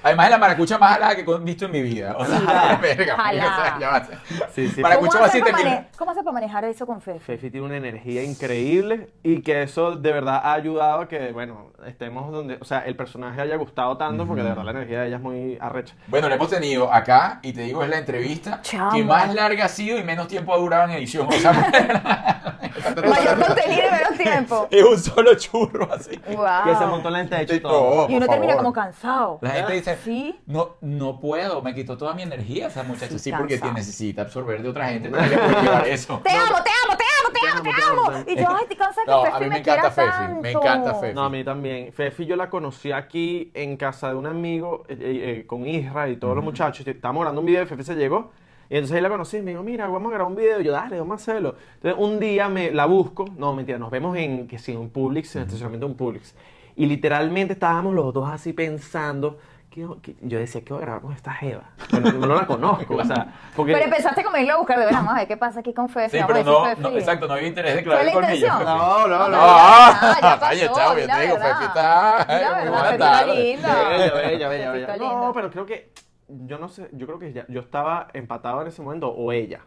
Speaker 2: Además es la maracucha más jalada que he visto en mi vida. O sea, verga,
Speaker 3: Jalada.
Speaker 2: o sea, ya va.
Speaker 4: Sí,
Speaker 2: Maracu-
Speaker 4: sí.
Speaker 3: ¿Cómo
Speaker 2: Escuchaba
Speaker 3: hace
Speaker 2: así,
Speaker 3: para
Speaker 2: te
Speaker 3: mane-
Speaker 2: quiero.
Speaker 3: ¿Cómo hace para manejar eso con Fefe?
Speaker 4: Fefi tiene una energía increíble y que eso de verdad ha ayudado a que, bueno, estemos donde, o sea, el personaje haya gustado tanto porque de verdad la energía de ella es muy arrecha.
Speaker 2: Bueno, la hemos tenido acá y te digo, es la entrevista
Speaker 3: Chamo.
Speaker 2: que más larga ha sido y menos tiempo ha durado en edición. O sea,
Speaker 3: Mayor contenido y menos tiempo.
Speaker 2: es un solo churro así.
Speaker 4: Que se
Speaker 3: Wow.
Speaker 4: montó en la techo y
Speaker 2: No,
Speaker 4: todo.
Speaker 2: por
Speaker 3: Y uno termina
Speaker 2: favor.
Speaker 3: como cansado.
Speaker 2: La gente dice,
Speaker 3: Sí.
Speaker 2: no, no puedo, me quitó toda mi energía esa muchacha. Sí,
Speaker 3: Sí,
Speaker 2: porque
Speaker 3: cansa.
Speaker 2: te necesita absorber de otra gente. No le puedes llevar eso.
Speaker 3: Te amo, te amo, te amo, te amo, te amo. Y yo, ay, te cansas que
Speaker 2: No, a
Speaker 3: Fefi
Speaker 2: mí me
Speaker 3: me
Speaker 2: encanta
Speaker 3: quiera
Speaker 2: Fefi, me
Speaker 3: tanto.
Speaker 2: encanta Fefi.
Speaker 4: No, a mí también. Fefi yo la conocí aquí en casa de un amigo eh, eh, eh, con Isra y todos los muchachos. Estábamos orando un video y Fefi se llegó Y entonces ahí la conocí y me dijo, mira, vamos a grabar un video. Y yo, dale, vamos a hacerlo. Entonces un día me la busco. No, mentira, nos vemos en, que sí, en un Publix, en el estacionamiento de un Publix. Y literalmente estábamos los dos así pensando. ¿qué- qué- yo decía, ¿qué voy a grabar con esta jeva? Bueno, no, la conozco, o sea. Porque,
Speaker 3: Pero empezaste como a irlo a buscar de ver, vamos a ver qué pasa aquí con Fede.
Speaker 2: Sí,
Speaker 3: vamos a
Speaker 2: pero
Speaker 3: ver si
Speaker 2: no,
Speaker 3: Fede
Speaker 2: no,
Speaker 3: Feliz.
Speaker 2: exacto, no había interés de
Speaker 3: ¿Fue
Speaker 2: clavar
Speaker 3: la
Speaker 2: el colmillo.
Speaker 3: intención?
Speaker 2: Feffi.
Speaker 4: No, no, no.
Speaker 2: Ah,
Speaker 3: ya pasó,
Speaker 2: ahí está,
Speaker 3: di
Speaker 2: bien,
Speaker 3: la
Speaker 2: te digo,
Speaker 3: verdad.
Speaker 2: Fefi está-
Speaker 3: Di la
Speaker 2: muy
Speaker 3: verdad,
Speaker 2: buena
Speaker 3: Fefi está
Speaker 2: tarde.
Speaker 3: linda.
Speaker 4: Bella, bella, bella,
Speaker 3: Fefita
Speaker 4: bella.
Speaker 3: linda.
Speaker 4: No, pero creo que, yo no sé, yo creo que ya- yo estaba empatado en ese momento o ella.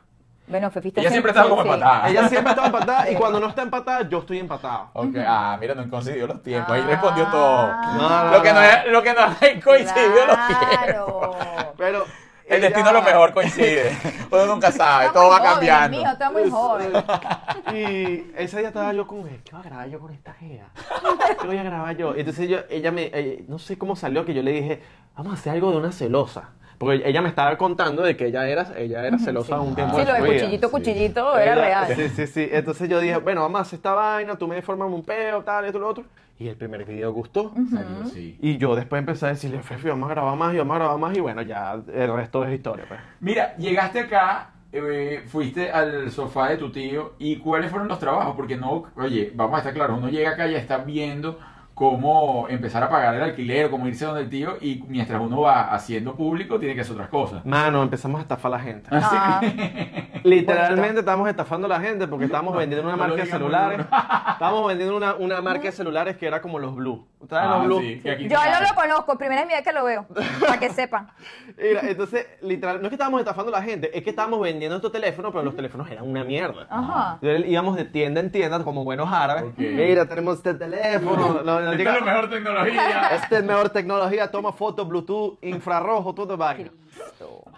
Speaker 3: Bueno, Fefi está
Speaker 2: Ella siempre estaba como
Speaker 3: sí.
Speaker 2: empatada.
Speaker 4: Ella siempre estaba empatada y cuando no está empatada, yo estoy empatado.
Speaker 2: Ok, Ah, mira, no coincidió los tiempos. Ahí
Speaker 3: Ah.
Speaker 2: respondió todo.
Speaker 4: No, no,
Speaker 2: Lo que
Speaker 4: no.
Speaker 2: no, lo que no coincidió los tiempos.
Speaker 3: Claro.
Speaker 4: Pero
Speaker 2: El
Speaker 4: ella-
Speaker 2: destino a lo mejor coincide. Uno nunca sabe,
Speaker 3: Está
Speaker 2: todo
Speaker 3: muy
Speaker 2: va
Speaker 3: joven,
Speaker 2: cambiando.
Speaker 3: mijo, está muy joven.
Speaker 4: Y ese día estaba yo con él. ¿Qué voy a grabar yo con esta gea? ¿Qué voy a grabar yo? Entonces yo, ella me, eh, no sé cómo salió que yo le dije, vamos a hacer algo de una celosa. Porque ella me estaba contando de que ella era, ella era celosa un tiempo
Speaker 3: Sí,
Speaker 4: de
Speaker 3: lo de
Speaker 4: su vida.
Speaker 3: cuchillito, cuchillito era
Speaker 4: Ella-
Speaker 3: real.
Speaker 4: Sí, sí, sí. Entonces yo dije, bueno, vamos a hacer esta vaina, tú me formas un peo, tal, esto, lo otro. Y el primer video gustó.
Speaker 2: Salió, sí.
Speaker 4: Y yo después empecé a decirle, Fefi, vamos a grabar más y vamos a grabar más. Y bueno, ya el resto es historia, pues.
Speaker 2: Mira, llegaste acá, eh, fuiste al sofá de tu tío y cuáles fueron los trabajos, porque no, oye, vamos a estar claros, uno llega acá y ya está viendo cómo empezar a pagar el alquiler, cómo irse donde el tío y mientras uno va haciendo público tiene que hacer otras cosas.
Speaker 4: Mano, empezamos a estafar a la gente.
Speaker 3: Ah,
Speaker 4: Literalmente estamos estafando a la gente porque estamos vendiendo
Speaker 2: no
Speaker 4: una
Speaker 2: lo
Speaker 4: marca de
Speaker 2: digas
Speaker 4: celulares.
Speaker 2: muy
Speaker 4: Estamos vendiendo una, una marca de celulares que era como los Blue. ¿Sabes
Speaker 2: Ah,
Speaker 4: los Blue?
Speaker 2: sí, que aquí
Speaker 3: yo
Speaker 2: te-
Speaker 3: no lo conozco, primera es mi vez que lo veo, para que sepan.
Speaker 4: Mira, entonces, literal, no es que estábamos estafando a la gente, es que estábamos vendiendo estos teléfonos, pero los teléfonos eran una mierda.
Speaker 3: Ajá.
Speaker 4: Entonces, íbamos de tienda en tienda como buenos árabes.
Speaker 2: Ok.
Speaker 4: Mira, tenemos este teléfono. No, no
Speaker 2: Esta
Speaker 4: llega-
Speaker 2: es la mejor tecnología.
Speaker 4: Esta Este es mejor tecnología, toma fotos, Bluetooth, infrarrojo, todo vaina.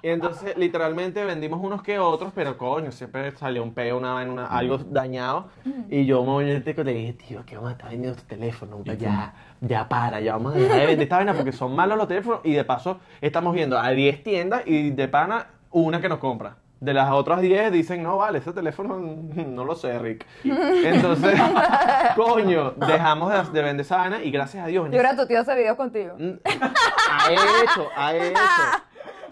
Speaker 4: Y entonces, literalmente vendimos unos que otros, pero coño, siempre salió un peo, una, vaina, una- algo dañado. Y yo me voy al tico y le dije, tío, que vamos a estar vendiendo tu teléfono, ya, ya para, ya vamos a dejar de vender esta vaina porque son malos los teléfonos. Y de paso, estamos viendo a 10 tiendas y de pana, una que nos compra. De las otras 10 dicen, no, vale, ese teléfono no lo sé, Rick. Entonces, coño, dejamos de, de vender esa vaina y gracias a Dios. en
Speaker 3: Yo era tu tío hace video contigo.
Speaker 4: Mm, Ha hecho, ha hecho,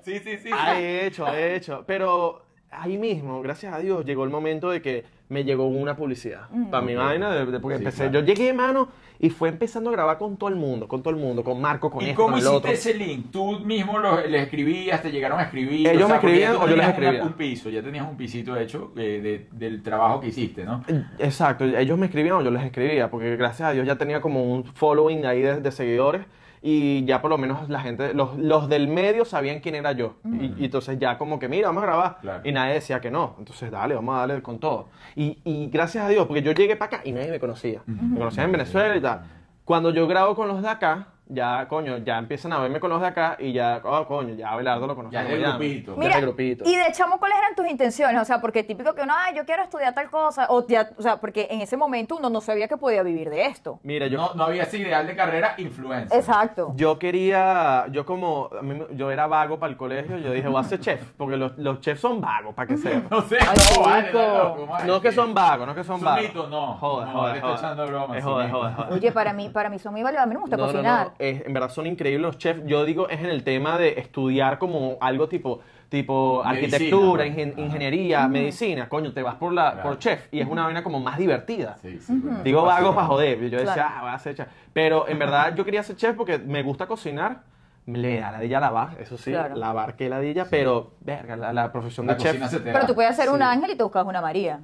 Speaker 2: Sí, sí, sí.
Speaker 4: ha hecho, ha hecho. Pero ahí mismo, gracias a Dios, llegó el momento de que me llegó una publicidad.
Speaker 2: Mm.
Speaker 4: Para mi vaina, de- de- porque
Speaker 2: Sí,
Speaker 4: empecé,
Speaker 2: claro.
Speaker 4: yo llegué, mano, y fue empezando a grabar con todo el mundo, con todo el mundo, con Marco, con
Speaker 2: ¿Y
Speaker 4: esto,
Speaker 2: cómo
Speaker 4: con el
Speaker 2: hiciste
Speaker 4: otro.
Speaker 2: ese link? ¿Tú mismo lo- les escribías? ¿Te llegaron a escribir?
Speaker 4: Ellos me
Speaker 2: porque ya
Speaker 4: escribían
Speaker 2: tú
Speaker 4: o yo les
Speaker 2: tenías una-
Speaker 4: escribía.
Speaker 2: Un piso, ya tenías un pisito hecho eh, de- del trabajo que hiciste, ¿no?
Speaker 4: Exacto, ellos me escribían o yo les escribía, porque gracias a Dios ya tenía como un following ahí de, de seguidores y ya por lo menos la gente, los, los del medio sabían quién era yo. Y, y entonces ya como que, mira, vamos a grabar.
Speaker 2: Claro.
Speaker 4: Y nadie decía que no. Entonces, dale, vamos a darle con todo. Y, y gracias a Dios, porque yo llegué para acá y nadie me conocía. Me conocían en Venezuela y tal. Cuando yo grabo con los de acá, ya, coño, ya empiezan a verme con los de acá y ya, oh, coño, ya Abelardo lo conoce.
Speaker 2: Ya es
Speaker 4: como
Speaker 2: el
Speaker 4: llama.
Speaker 2: grupito.
Speaker 4: Ya es el grupito.
Speaker 3: y de chamo, ¿cuáles eran tus intenciones? O sea, porque típico que uno, ay, yo quiero estudiar tal cosa, o, ya- o sea, porque en ese momento uno no sabía que podía vivir de esto.
Speaker 4: Mira, yo...
Speaker 2: No, no había ese ideal de carrera influencer.
Speaker 3: Exacto.
Speaker 4: Yo quería, yo como, a mí me- yo era vago para el colegio, yo dije, voy a ser chef, porque los, los chefs son vagos, para que sepan.
Speaker 2: No sé,
Speaker 3: Ay,
Speaker 2: no, vale,
Speaker 3: chico.
Speaker 2: no, no, vale.
Speaker 4: No es que son vagos, no es que son
Speaker 2: Son
Speaker 4: vagos.
Speaker 2: mitos, no.
Speaker 4: Joder,
Speaker 2: No, le
Speaker 4: joder,
Speaker 2: estoy
Speaker 4: joder.
Speaker 2: echando broma,
Speaker 4: Es
Speaker 2: son
Speaker 4: joder,
Speaker 2: mitos.
Speaker 4: joder, joder.
Speaker 3: Oye, para mí, para mí son muy valiosas, a mí me gusta
Speaker 4: No, no,
Speaker 3: cocinar.
Speaker 4: no, es- en verdad son increíbles los chefs. Yo digo, es en el tema de estudiar como algo tipo, tipo
Speaker 2: Medicina,
Speaker 4: arquitectura,
Speaker 2: ¿no?
Speaker 4: ingen-
Speaker 2: Ajá.
Speaker 4: ingeniería, medicina. Coño, te vas por la
Speaker 2: Claro.
Speaker 4: por chef y es una vaina como más divertida.
Speaker 2: Sí, sí, bueno,
Speaker 4: Digo
Speaker 2: eso pasa,
Speaker 4: vago
Speaker 2: ¿no?
Speaker 4: para joder. Yo decía,
Speaker 3: Claro.
Speaker 4: ah, voy a ser chef. Pero en verdad yo quería ser chef porque me gusta cocinar. Le da ladilla lavar, eso sí,
Speaker 3: Claro.
Speaker 4: lavar que ladilla, pero verga, la, la profesión
Speaker 2: La
Speaker 4: de chef.
Speaker 2: cocina se te
Speaker 3: Pero
Speaker 2: da.
Speaker 3: tú puedes ser un ángel y te buscas una María.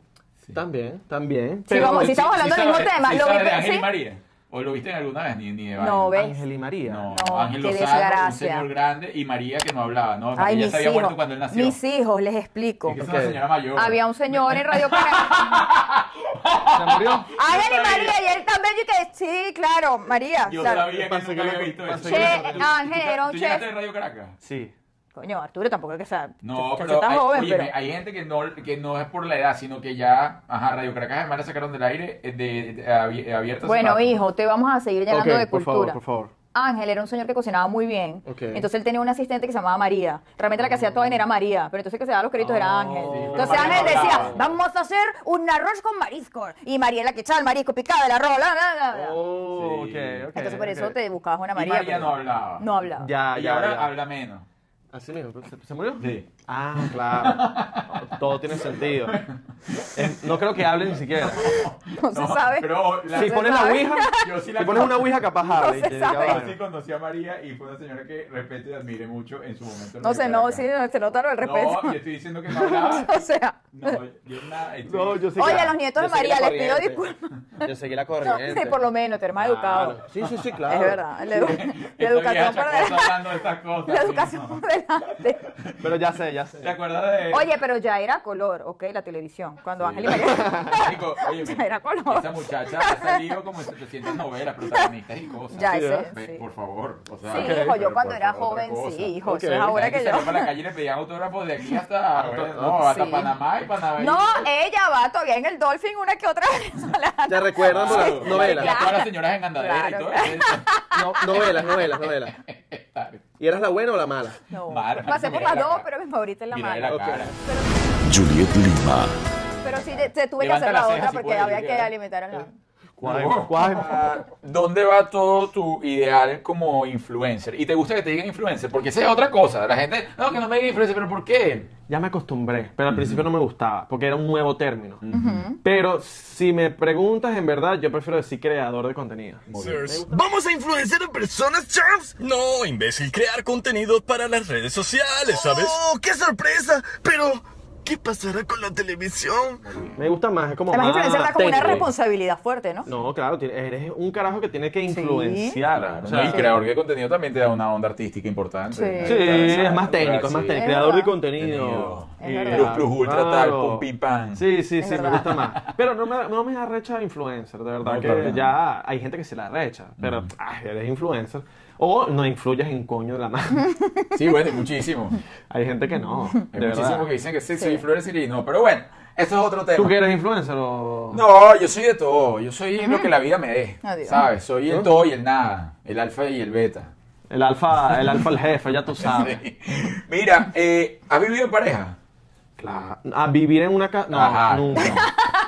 Speaker 4: También, también.
Speaker 3: Sí, vamos, sí estamos hablando del mismo
Speaker 2: sabes-
Speaker 3: tema,
Speaker 2: sí
Speaker 3: lo
Speaker 2: sabes
Speaker 3: vi-
Speaker 2: de Ángel
Speaker 3: sí.
Speaker 2: y María? ¿O lo viste en alguna vez? Ni, ni de vaina.
Speaker 3: No, ¿ves?
Speaker 4: Ángel y María.
Speaker 2: No,
Speaker 3: No,
Speaker 2: Ángel
Speaker 3: qué
Speaker 2: Lozano, un
Speaker 3: desgracia.
Speaker 2: señor grande, y María que no hablaba, ¿no? Ella
Speaker 3: Ay, mis
Speaker 2: se había
Speaker 3: hijos,
Speaker 2: muerto cuando él nació.
Speaker 3: mis hijos, les explico.
Speaker 2: Es que es una señora mayor.
Speaker 3: Había un señor en Radio Caracas.
Speaker 4: Se murió.
Speaker 3: Ángel
Speaker 2: Yo
Speaker 3: y
Speaker 2: sabía.
Speaker 3: María, y él también, yo que sí, claro, María.
Speaker 2: Yo
Speaker 3: claro.
Speaker 2: sabía que
Speaker 4: Pasa que
Speaker 2: nunca había
Speaker 4: la-
Speaker 2: visto
Speaker 4: pasa
Speaker 2: eso.
Speaker 3: que la- Che, Ángel,
Speaker 2: ¿Tú-
Speaker 3: era un
Speaker 2: ¿Tú llegaste
Speaker 3: chef.
Speaker 2: de Radio Caracas?
Speaker 4: Sí.
Speaker 3: Coño, Arturo tampoco es que sea.
Speaker 2: No,
Speaker 3: ch- ch-
Speaker 2: pero
Speaker 3: está
Speaker 2: hay,
Speaker 3: joven,
Speaker 2: óyeme,
Speaker 3: pero.
Speaker 2: hay gente que no, que no es por la edad, sino que ya, ajá, Radio Caracas además la sacaron del aire eh, de, de- abi- abierta. hace
Speaker 3: Bueno,
Speaker 2: rato.
Speaker 3: hijo, te vamos a seguir llenando
Speaker 4: Ok,
Speaker 3: de
Speaker 4: por
Speaker 3: cultura.
Speaker 4: favor, por favor.
Speaker 3: Ángel era un señor que cocinaba muy bien.
Speaker 4: Ok.
Speaker 3: Entonces él tenía una asistente que se llamaba María. Realmente la que hacía todo era María, pero entonces el que se daba los créditos era Ángel.
Speaker 2: pero
Speaker 3: Entonces
Speaker 2: María no
Speaker 3: Ángel decía,
Speaker 2: hablaba.
Speaker 3: vamos a hacer un arroz con mariscos. Y María es la que echaba el marisco picado, el arroz, bla, bla, bla, bla.
Speaker 4: Oh,
Speaker 2: Sí.
Speaker 4: ok, ok,
Speaker 3: Entonces por eso
Speaker 4: ok.
Speaker 3: te buscabas una
Speaker 2: Y María,
Speaker 3: María. pero-
Speaker 2: no hablaba.
Speaker 3: No hablaba.
Speaker 4: Ya,
Speaker 2: y
Speaker 4: ya,
Speaker 2: ahora
Speaker 4: ya.
Speaker 2: habla menos.
Speaker 4: Así mismo. ¿Se, se murió?
Speaker 2: Sí.
Speaker 4: Ah, claro. Todo tiene sentido. Es- no creo que hable ni siquiera.
Speaker 3: No, se sabe.
Speaker 2: Pero la-
Speaker 4: Si pones la
Speaker 3: sabe.
Speaker 4: ouija,
Speaker 2: Yo sí la
Speaker 4: si pones una
Speaker 2: conozco.
Speaker 4: ouija capaz habla. y
Speaker 3: se
Speaker 4: te diga,
Speaker 3: sabe.
Speaker 2: Yo
Speaker 4: bueno.
Speaker 2: sí conocí a María y fue una señora que respeto y admiré mucho en su momento. en
Speaker 3: No sé,
Speaker 2: Río
Speaker 3: no,
Speaker 2: Caracas.
Speaker 3: sí, no, se notaron el respeto.
Speaker 2: No, yo estoy diciendo que no hablaba.
Speaker 3: o sea,
Speaker 2: No, yo nada. estoy-
Speaker 4: No, yo sí
Speaker 3: Oye,
Speaker 4: que-
Speaker 3: a los nietos de
Speaker 4: yo seguí
Speaker 3: María,
Speaker 4: la
Speaker 3: les pido
Speaker 4: corriente. Yo seguí la
Speaker 3: no,
Speaker 4: corriente.
Speaker 3: por lo menos, te más educado.
Speaker 4: Claro. Sí, sí, sí, claro.
Speaker 3: Es verdad. La, edu- la
Speaker 2: Esta vieja
Speaker 3: educación por
Speaker 2: chacosa
Speaker 3: delante.
Speaker 2: hablando de estas cosas.
Speaker 3: La
Speaker 2: sí,
Speaker 3: educación
Speaker 2: no.
Speaker 3: por delante.
Speaker 4: Pero ya sé, ya
Speaker 2: ¿Te
Speaker 4: sé.
Speaker 2: acuerdas de.?
Speaker 3: Oye, pero ya era color, ¿ok? La televisión. Cuando Ángel y María.
Speaker 2: Marico, oye,
Speaker 3: Ya era color.
Speaker 2: esa muchacha ha salido como en 700 novelas protagonistas y cosas.
Speaker 3: Ya, ese,
Speaker 2: Ve,
Speaker 3: sí.
Speaker 2: Por favor. O sea,
Speaker 3: Sí,
Speaker 2: Ah, pero
Speaker 3: hijo, yo
Speaker 2: por
Speaker 3: cuando era
Speaker 2: favor, otra
Speaker 3: joven,
Speaker 2: cosa.
Speaker 3: sí, hijo, eso
Speaker 4: Ok.
Speaker 3: es ahora que yo.
Speaker 2: Salía para la calle y le pedían autógrafos de aquí hasta, bueno, no, hasta
Speaker 3: Sí.
Speaker 2: Panamá y Panamá.
Speaker 3: No, eh, ella va todavía en el Dolphin una que otra vez.
Speaker 4: ¿Te recuerdan por
Speaker 2: Claro,
Speaker 4: las novelas?
Speaker 2: y a todas las señoras en andadera
Speaker 3: Claro.
Speaker 2: y todo.
Speaker 4: No, novelas, novelas, novelas. ¿Y eras la buena o la mala?
Speaker 3: No.
Speaker 2: Mar,
Speaker 3: Pasé por
Speaker 2: mira
Speaker 3: las
Speaker 2: la
Speaker 3: dos,
Speaker 2: cara.
Speaker 3: pero mi favorita es la
Speaker 2: Mira
Speaker 3: mala.
Speaker 2: la
Speaker 4: Ok.
Speaker 2: cara.
Speaker 6: Juliet Lima.
Speaker 3: Pero sí, te, te tuve que
Speaker 2: Levanta la
Speaker 3: hacer la
Speaker 2: ceja
Speaker 3: otra
Speaker 2: si
Speaker 3: porque
Speaker 2: puedes, Eh.
Speaker 3: había que
Speaker 2: Julieta.
Speaker 3: alimentar a la.
Speaker 2: No. Ah, ¿Dónde va todo tu ideal como influencer? ¿Y te gusta que te digan influencer? Porque esa es otra cosa. La gente, no, que no me digan influencer, pero ¿por qué?
Speaker 4: Ya me acostumbré, pero al principio no me gustaba, porque era un nuevo término. Pero si me preguntas, en verdad, yo prefiero decir creador de contenido.
Speaker 10: ¿Vamos a influenciar en personas, Charles? No, imbécil, crear contenido para las redes sociales, ¿sabes?
Speaker 6: ¡Oh, qué sorpresa! Pero, ¿qué pasará con la televisión?
Speaker 4: Me gusta más, es como
Speaker 3: Además,
Speaker 4: más
Speaker 3: influencer da como una
Speaker 4: técnico.
Speaker 3: responsabilidad fuerte, ¿no?
Speaker 4: No, claro, ti- eres un carajo que tiene que influenciar. o sea, eh,
Speaker 2: y creador de contenido también te da una onda artística importante.
Speaker 3: Sí.
Speaker 4: Sí, es más técnico, es más
Speaker 2: Sí.
Speaker 4: técnico.
Speaker 3: Es
Speaker 4: Creador de
Speaker 3: verdad.
Speaker 4: contenido.
Speaker 3: Es
Speaker 4: Y-
Speaker 3: verdad.
Speaker 2: Plus, plus, ultra, tal,
Speaker 4: Claro.
Speaker 2: pum, pim, pam.
Speaker 4: Sí, sí, sí, me
Speaker 3: verdad.
Speaker 4: gusta más. Pero no me, no me arrecha influencer, de verdad.
Speaker 2: No,
Speaker 4: que
Speaker 2: claro.
Speaker 4: ya hay gente que se la arrecha, pero ay, eres influencer. O no influyes en coño de la mano.
Speaker 2: Sí, bueno, y muchísimo.
Speaker 4: hay gente que no.
Speaker 2: Hay
Speaker 4: de
Speaker 2: muchísimo
Speaker 4: verdad.
Speaker 2: que dicen que sí, soy influencer y no. Pero bueno, eso es otro tema.
Speaker 4: ¿Tú que eres influencer o.?
Speaker 2: No, yo soy de todo. Yo soy lo que la vida me dé.
Speaker 3: Adiós.
Speaker 2: ¿Sabes? Soy el todo y el nada. El alfa y el beta.
Speaker 4: El alfa, el alfa, el jefe, ya tú sabes.
Speaker 2: Mira, eh, ¿has vivido en pareja?
Speaker 4: Claro. A vivir en una casa. No,
Speaker 2: Ajá.
Speaker 4: nunca.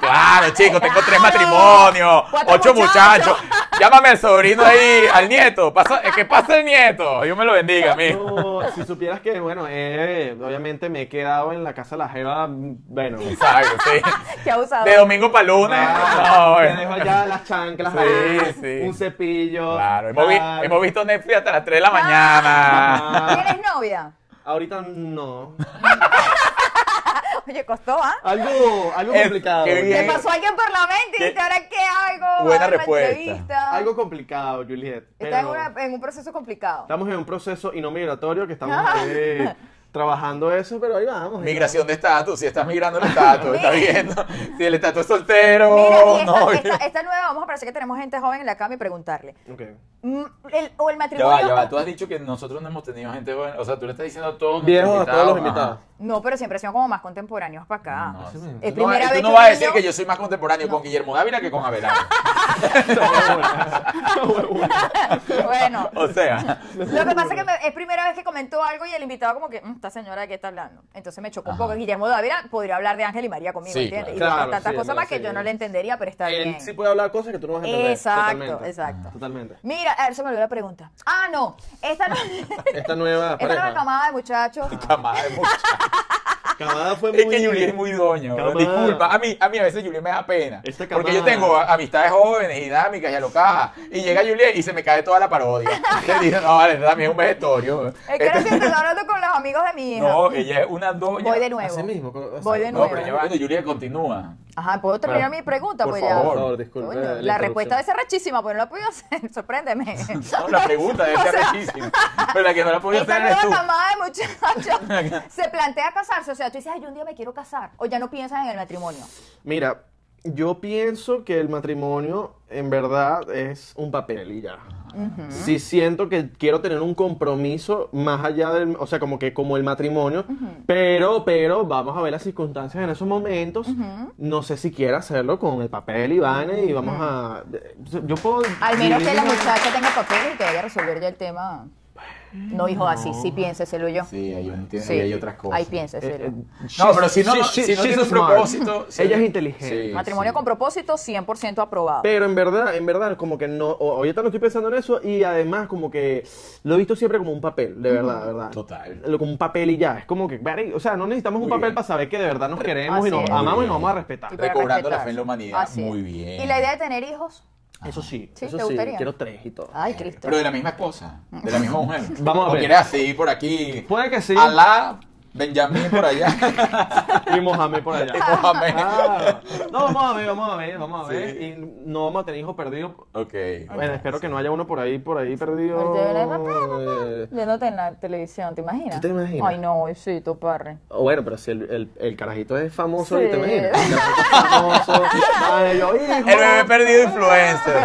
Speaker 2: Claro, chicos, tengo tres matrimonios,
Speaker 3: Cuatro
Speaker 2: ocho
Speaker 3: muchachos.
Speaker 2: muchachos. Llámame al sobrino ahí, al nieto. Pasa, eh, que pase el nieto. Dios me lo bendiga, amigo.
Speaker 4: No, si supieras que, bueno, eh, obviamente me he quedado en la casa de la jeva, bueno.
Speaker 2: Exacto, sí.
Speaker 3: Que ha usado.
Speaker 2: De domingo para lunes. No,
Speaker 4: te
Speaker 2: Ah, bueno.
Speaker 4: dejo allá las chanclas,
Speaker 2: Sí,
Speaker 4: ahí,
Speaker 2: sí.
Speaker 4: un cepillo.
Speaker 2: Claro, hemos, vi-
Speaker 4: tal.
Speaker 2: hemos visto Netflix hasta las 3 de la mañana.
Speaker 4: Ah,
Speaker 3: ¿Tienes novia?
Speaker 4: ahorita no.
Speaker 3: Oye, costó, ¿ah?
Speaker 4: Algo, algo
Speaker 2: Eh,
Speaker 4: complicado.
Speaker 2: qué bien.
Speaker 3: ¿Te
Speaker 2: Eh,
Speaker 3: pasó alguien por la mente y dijiste,
Speaker 2: ¿qué?
Speaker 3: ahora qué hago?
Speaker 2: Buena
Speaker 3: Ahora una
Speaker 2: respuesta.
Speaker 3: entrevista.
Speaker 4: Algo complicado, Juliet.
Speaker 3: Está en,
Speaker 4: pero
Speaker 3: una- en un proceso complicado.
Speaker 4: Estamos en un proceso y no migratorio que estamos
Speaker 3: Ah.
Speaker 4: eh, trabajando eso, pero ahí vamos.
Speaker 2: Migración de estatus, si estás migrando el estatus, estás viendo si el estatus es soltero,
Speaker 3: Mira, y esta,
Speaker 2: no.
Speaker 3: esta- esta nueva, vamos a parecer que tenemos gente joven en la cama y preguntarle.
Speaker 4: Ok.
Speaker 3: Mm, el- o el
Speaker 2: Ya
Speaker 3: matrimonio.
Speaker 2: va, ya va. Tú has dicho que nosotros no hemos tenido gente buena. O sea, tú le estás diciendo a todos nuestros
Speaker 4: Viejos a todos los
Speaker 2: ajá.
Speaker 4: invitados.
Speaker 3: No, pero siempre han sido como más contemporáneos para acá.
Speaker 2: No, Ah, sí. Tú
Speaker 3: Es
Speaker 2: no vas-
Speaker 3: primera
Speaker 2: y tú
Speaker 3: vez
Speaker 2: no
Speaker 3: que
Speaker 2: vas a
Speaker 3: un
Speaker 2: decir
Speaker 3: niño-
Speaker 2: que yo soy más contemporáneo con Guillermo Dávila que con Abelardo.
Speaker 3: bueno.
Speaker 2: o sea,
Speaker 3: Lo que pasa es que me- es primera vez que comentó algo y el invitado como que, "Mm, esta señora de qué está hablando. Entonces me chocó un poco. Guillermo Dávila podría hablar de Ángel y María conmigo,
Speaker 2: Sí,
Speaker 3: ¿entiendes?
Speaker 2: claro.
Speaker 3: Y de
Speaker 4: Claro,
Speaker 3: tantas
Speaker 4: sí,
Speaker 3: cosas más
Speaker 4: sí.
Speaker 3: que yo no le entendería, pero está
Speaker 4: Él
Speaker 3: bien.
Speaker 4: sí puede hablar cosas que tú no vas a entender.
Speaker 3: Exacto,
Speaker 4: totalmente.
Speaker 3: exacto.
Speaker 4: Totalmente.
Speaker 3: Mira, a ver, se me olvidó la pregunta. Ah, no. Esta no
Speaker 4: Esta nueva
Speaker 3: Esta nueva
Speaker 4: pareja.
Speaker 3: camada de muchachos.
Speaker 2: camada de muchachos.
Speaker 4: Camada fue muy...
Speaker 2: Es que Juliet es muy doña, bro.
Speaker 4: Camada.
Speaker 2: disculpa. A mí, a mí a veces Juliet me da pena.
Speaker 4: Esta
Speaker 2: Porque yo
Speaker 4: camada.
Speaker 2: tengo a- amistades jóvenes, dinámicas y alocadas. Y llega Juliet y se me cae toda la parodia. Le digo, no, vale, también es un vegetorio.
Speaker 3: Es que ahora sí estoy hablando con los amigos de mi hija.
Speaker 2: No, ella es una doña.
Speaker 3: Voy de nuevo.
Speaker 4: Así mismo. co- o sea,
Speaker 3: Voy de
Speaker 2: No,
Speaker 3: nuevo.
Speaker 2: pero ya va, Juliet continúa.
Speaker 3: Ajá, ¿puedo terminar
Speaker 2: Pero,
Speaker 3: mi pregunta?
Speaker 2: por
Speaker 3: pues
Speaker 2: favor.
Speaker 4: Por
Speaker 3: ya.
Speaker 4: favor, disculpe.
Speaker 3: Coño, la,
Speaker 4: interrupción.
Speaker 3: respuesta debe ser rachísima, pero no la puedo hacer. Sorpréndeme.
Speaker 2: No, la pregunta debe ser
Speaker 3: O sea,
Speaker 2: rechísima. Pero la que no la podía
Speaker 3: Esta
Speaker 2: hacer eres
Speaker 3: nueva
Speaker 2: tú.
Speaker 3: camada de muchachos se plantea casarse. O sea, tú dices, ay, yo un día me quiero casar. O ya no piensas en el matrimonio.
Speaker 4: Mira, yo pienso que el matrimonio en verdad es un papel y ya. Si siento que quiero tener un compromiso más allá del, o sea, como que como el matrimonio, pero, pero vamos a ver las circunstancias en esos momentos. No sé si quiero hacerlo con el papel y vaina y vamos a, yo puedo
Speaker 3: Al menos que
Speaker 4: vivir
Speaker 3: la
Speaker 4: mi-
Speaker 3: muchacha tenga papel y que vaya a resolver ya el tema No, hijo, así, sí piénseselo yo.
Speaker 2: Sí, hay, un- tiene-
Speaker 3: Sí.
Speaker 2: ahí hay otras cosas. Eh,
Speaker 3: Ahí
Speaker 4: eh,
Speaker 3: piénseselo.
Speaker 2: No, pero si no, si no tiene un propósito. si-
Speaker 4: Ella es inteligente.
Speaker 2: Sí,
Speaker 3: Matrimonio
Speaker 2: sí.
Speaker 3: con propósito, 100% aprobado.
Speaker 4: Pero en verdad, en verdad, como que no, o- ahorita no estoy pensando en eso y además como que lo he visto siempre como un papel, de verdad, de verdad.
Speaker 2: Total.
Speaker 4: Lo- Como un papel y ya, es como que, vale, o sea, no necesitamos un
Speaker 2: Muy
Speaker 4: papel
Speaker 2: bien.
Speaker 4: para saber que de verdad nos queremos
Speaker 3: Así
Speaker 4: y nos
Speaker 3: es.
Speaker 4: amamos y nos vamos a
Speaker 3: Y
Speaker 4: respetar.
Speaker 3: para
Speaker 2: Recobrando la
Speaker 3: respetarse.
Speaker 2: fe en la humanidad,
Speaker 3: Así es.
Speaker 2: muy bien.
Speaker 3: ¿Y la idea de tener hijos?
Speaker 4: Eso sí,
Speaker 3: Sí,
Speaker 4: eso
Speaker 3: ¿te
Speaker 4: sí,
Speaker 3: gustaría?
Speaker 4: quiero tres y todo.
Speaker 3: Ay, Cristo.
Speaker 2: Pero de la misma esposa, de la misma mujer.
Speaker 4: Vamos a
Speaker 2: ¿O
Speaker 4: ver.
Speaker 2: quieres así por aquí?
Speaker 4: Puede que sí.
Speaker 2: Alá, Benjamín por allá.
Speaker 4: Y Mohamed por allá.
Speaker 2: Y Mohamed.
Speaker 4: Ah, no, vamos a ver, vamos a ver, vamos a ver.
Speaker 2: Sí.
Speaker 4: Y no vamos a tener hijos perdidos.
Speaker 2: Ok.
Speaker 4: Bueno, espero que no haya uno por ahí, por ahí
Speaker 3: Ahorita viene, "Papá,
Speaker 4: perdido. Eh,
Speaker 3: Viéndote en la televisión, ¿te imaginas?
Speaker 4: ¿Tú te imaginas?
Speaker 3: Ay, no, sí, tu parre.
Speaker 4: O bueno, pero si el, el, el carajito es famoso,
Speaker 3: Sí.
Speaker 4: ¿te imaginas? El carajito es famoso, madre, yo, hijo.
Speaker 2: El bebé perdido influencer.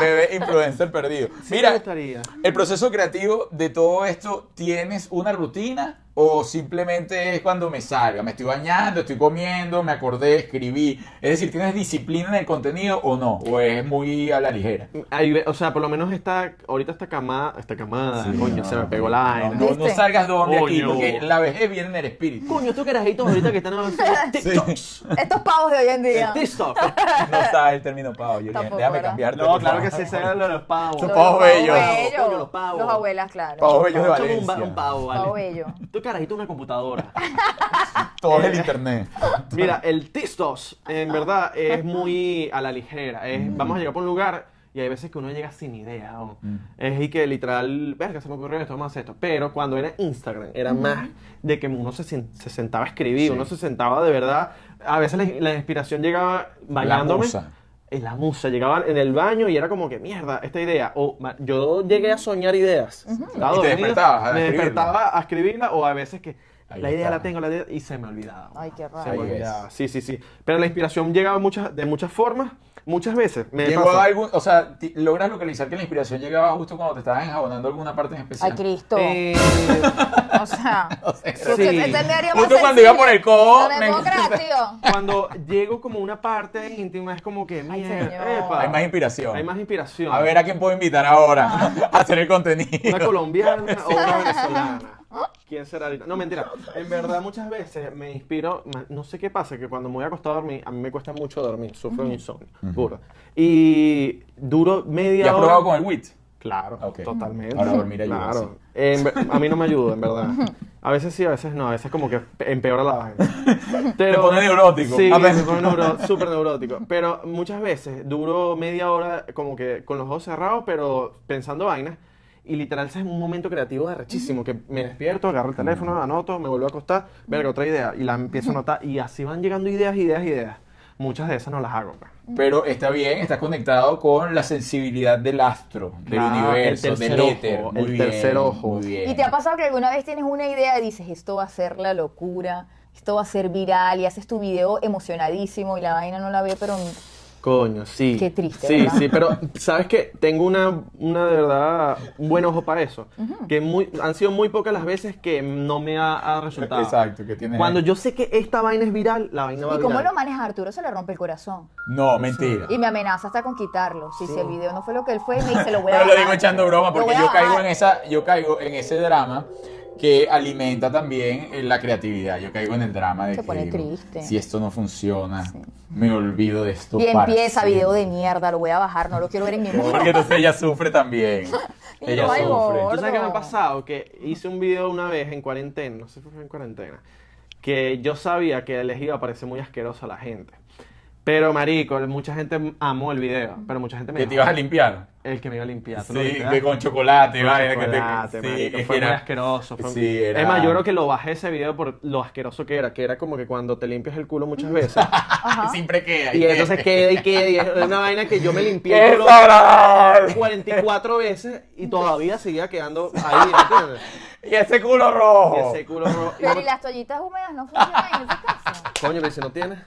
Speaker 2: Bebé influencer perdido.
Speaker 4: Sí me
Speaker 2: Mira,
Speaker 4: gustaría.
Speaker 2: el proceso creativo de todo esto, ¿tienes una rutina? ¿O simplemente es cuando me salga? Me estoy bañando, estoy comiendo, me acordé, escribí. Es decir, ¿tienes disciplina en el contenido o no? ¿O es muy a la ligera?
Speaker 4: Ahí ve- o sea, por lo menos está, ahorita está camada, está camada,
Speaker 2: Sí,
Speaker 4: coño,
Speaker 2: no,
Speaker 4: se me pegó la vaina.
Speaker 2: No, no
Speaker 3: ¿Viste?
Speaker 2: salgas de donde aquí,
Speaker 4: Coño.
Speaker 2: porque la vejez viene en el espíritu.
Speaker 4: Coño, estos carajitos ahorita que están hablando de
Speaker 2: Sí.
Speaker 4: TikToks,
Speaker 3: Estos pavos de hoy en día.
Speaker 4: TikTok.
Speaker 2: No está el término pavo. Yo dije,
Speaker 3: Tampoco,
Speaker 2: déjame
Speaker 3: ¿verdad?
Speaker 2: cambiarte.
Speaker 4: No,
Speaker 2: por
Speaker 4: claro que
Speaker 2: favor.
Speaker 4: sí, se hablan de los pavos.
Speaker 2: Son pavos bellos.
Speaker 4: Coño, los pavos.
Speaker 3: Los abuelas, claro.
Speaker 2: Pavos bellos de
Speaker 4: Chamo, un,
Speaker 2: Valencia.
Speaker 4: ba- un pavo, ¿vale?
Speaker 3: Pavo bello.
Speaker 4: Tú carajito una computadora.
Speaker 2: Todo
Speaker 4: Eh.
Speaker 2: el internet.
Speaker 4: Mira, el Tistos, en verdad, es muy a la ligera. Es,
Speaker 2: Mm.
Speaker 4: Vamos a llegar por un lugar y hay veces que uno llega sin idea. ¿no? Es y que literal, verga, se me ocurrió esto, vamos a hacer esto. Pero cuando era Instagram, era más de que uno se, sen- se sentaba a escribir,
Speaker 2: Mm. Sí.
Speaker 4: uno se sentaba de verdad. A veces la, la inspiración llegaba bañándome.
Speaker 2: musa.
Speaker 4: En la musa, llegaba en el baño y era como que mierda, esta idea. O ma- yo llegué a soñar ideas. Estaba
Speaker 2: Y te
Speaker 4: dormido,
Speaker 2: despertabas a
Speaker 4: me
Speaker 2: escribirla.
Speaker 4: despertaba a escribirla o a veces que
Speaker 2: Ahí
Speaker 4: la idea
Speaker 2: está.
Speaker 4: la tengo, la idea, y se me olvidaba.
Speaker 3: Ay, qué
Speaker 4: Se
Speaker 3: raro.
Speaker 4: me
Speaker 2: Ahí ves.
Speaker 4: olvidaba. Sí, sí, sí. Pero la inspiración llega muchas, de muchas formas, muchas veces. Me
Speaker 2: Llegó
Speaker 4: pasa.
Speaker 2: algún, o sea, ti- logras localizar que la inspiración llegaba justo cuando te estabas enjabonando alguna parte en especial.
Speaker 3: Ay, Cristo.
Speaker 4: Eh,
Speaker 3: O sea, este
Speaker 2: Sí.
Speaker 3: usted- usted me haría más
Speaker 2: Justo cuando
Speaker 3: sensible.
Speaker 2: iba por el codo,
Speaker 3: Con el
Speaker 2: me-
Speaker 3: codo creativo.
Speaker 4: cuando llego como una parte íntima, es como que,
Speaker 3: señor.
Speaker 4: mierda, epa,
Speaker 2: Hay más inspiración.
Speaker 4: hay más inspiración.
Speaker 2: A ver a quién puedo invitar ahora
Speaker 3: Ah.
Speaker 2: a hacer el contenido.
Speaker 4: Una colombiana o una venezolana. ¿Quién será ahorita? No, mentira. En verdad, muchas veces me inspiro. ma- No sé qué pasa, que cuando me voy a acostar a dormir, a mí me cuesta mucho dormir. Sufro de insomnio. Puro. Y duro media
Speaker 2: ¿Ya has
Speaker 4: hora.
Speaker 2: probado con el WIT?
Speaker 4: Claro,
Speaker 2: Ok.
Speaker 4: totalmente.
Speaker 2: Ahora dormir ayuda,
Speaker 4: Claro.
Speaker 2: sí.
Speaker 4: En ver- a mí no me ayuda, en verdad. A veces sí, a veces no. A veces como que empeora la vaina. Pero,
Speaker 2: Te pone neurótico.
Speaker 4: Sí,
Speaker 2: A ver.
Speaker 4: me pone neuro- súper neurótico. Pero muchas veces duro media hora como que con los ojos cerrados, pero pensando vainas. Y literal, ese es un momento creativo arrechísimo, que me despierto, agarro el teléfono, anoto, me vuelvo a acostar, verga, otra idea, y la empiezo a anotar, y así van llegando ideas, ideas, ideas. Muchas de esas no las hago, pues.
Speaker 2: Pero está bien, está conectado con la sensibilidad del astro, del
Speaker 4: Ah, el
Speaker 2: universo,
Speaker 4: tercer
Speaker 2: del éter.
Speaker 4: ojo,
Speaker 2: Muy
Speaker 4: el
Speaker 2: bien,
Speaker 4: tercer ojo.
Speaker 2: Muy bien.
Speaker 3: ¿Y te ha pasado que alguna vez tienes una idea y dices, esto va a ser la locura, esto va a ser viral, y haces tu video emocionadísimo y la vaina no la ve, pero
Speaker 4: Coño, sí.
Speaker 3: Qué triste,
Speaker 4: Sí,
Speaker 3: ¿verdad?
Speaker 4: sí, pero sabes que tengo una, una de verdad, un buen ojo para eso. Que muy, han sido muy pocas las veces que no me ha, ha resultado.
Speaker 2: Exacto, que tienes-
Speaker 4: Cuando yo sé que esta vaina es viral, la vaina va
Speaker 3: ¿Y cómo
Speaker 4: viral.
Speaker 3: lo maneja Arturo? Se le rompe el corazón.
Speaker 2: No, mentira.
Speaker 3: Y me amenaza hasta con quitarlo. Si si el video no fue lo que él fue, me dice, lo voy a
Speaker 2: Pero lo
Speaker 3: bajar.
Speaker 2: digo echando broma
Speaker 3: Lo
Speaker 2: porque
Speaker 3: voy a
Speaker 2: yo caigo
Speaker 3: bajar.
Speaker 2: en esa, yo caigo en ese drama que alimenta también eh, la creatividad. Yo caigo en el drama de
Speaker 3: Se
Speaker 2: que
Speaker 3: pone
Speaker 2: digo,
Speaker 3: triste.
Speaker 2: si esto no funciona, me olvido de esto.
Speaker 3: Y
Speaker 2: para
Speaker 3: empieza
Speaker 2: siempre.
Speaker 3: video de mierda, lo voy a bajar, no lo quiero ver en mi mundo.
Speaker 2: Porque entonces ella sufre también.
Speaker 3: Y
Speaker 2: ella
Speaker 3: no hay
Speaker 2: sufre.
Speaker 3: gordo.
Speaker 4: ¿Tú sabes qué me ha pasado? Que hice un video una vez en cuarentena, no sé si fue en cuarentena, que yo sabía que les iba a parecer muy asqueroso a la gente. Pero, marico, mucha gente amó el video, pero mucha gente me
Speaker 2: Que te
Speaker 4: dijo,
Speaker 2: ibas a limpiar.
Speaker 4: el que me iba a limpiar. ¿tú lo
Speaker 2: Sí,
Speaker 4: viste,
Speaker 2: que
Speaker 4: ah?
Speaker 2: con chocolate, vaya, que te-
Speaker 4: chocolate,
Speaker 2: sí,
Speaker 4: marico,
Speaker 2: es
Speaker 4: fue
Speaker 2: que
Speaker 4: muy
Speaker 2: era-
Speaker 4: asqueroso. fue-
Speaker 2: Sí, era-
Speaker 4: Es más, yo creo que lo bajé ese video por lo asqueroso que era, que era como que cuando te limpias el culo muchas veces.
Speaker 2: Siempre queda.
Speaker 4: y entonces queda y queda, y es una vaina que yo me limpié
Speaker 2: ¡Qué
Speaker 4: el culo
Speaker 2: desagradable!
Speaker 4: 44 veces y todavía seguía quedando ahí, ¿entiendes?
Speaker 2: Y ese culo
Speaker 4: Y
Speaker 2: rojo.
Speaker 4: ese culo rojo. y
Speaker 3: Pero
Speaker 4: no-
Speaker 3: y las toallitas húmedas no funcionan en ese caso.
Speaker 4: Coño, pero si no tienes,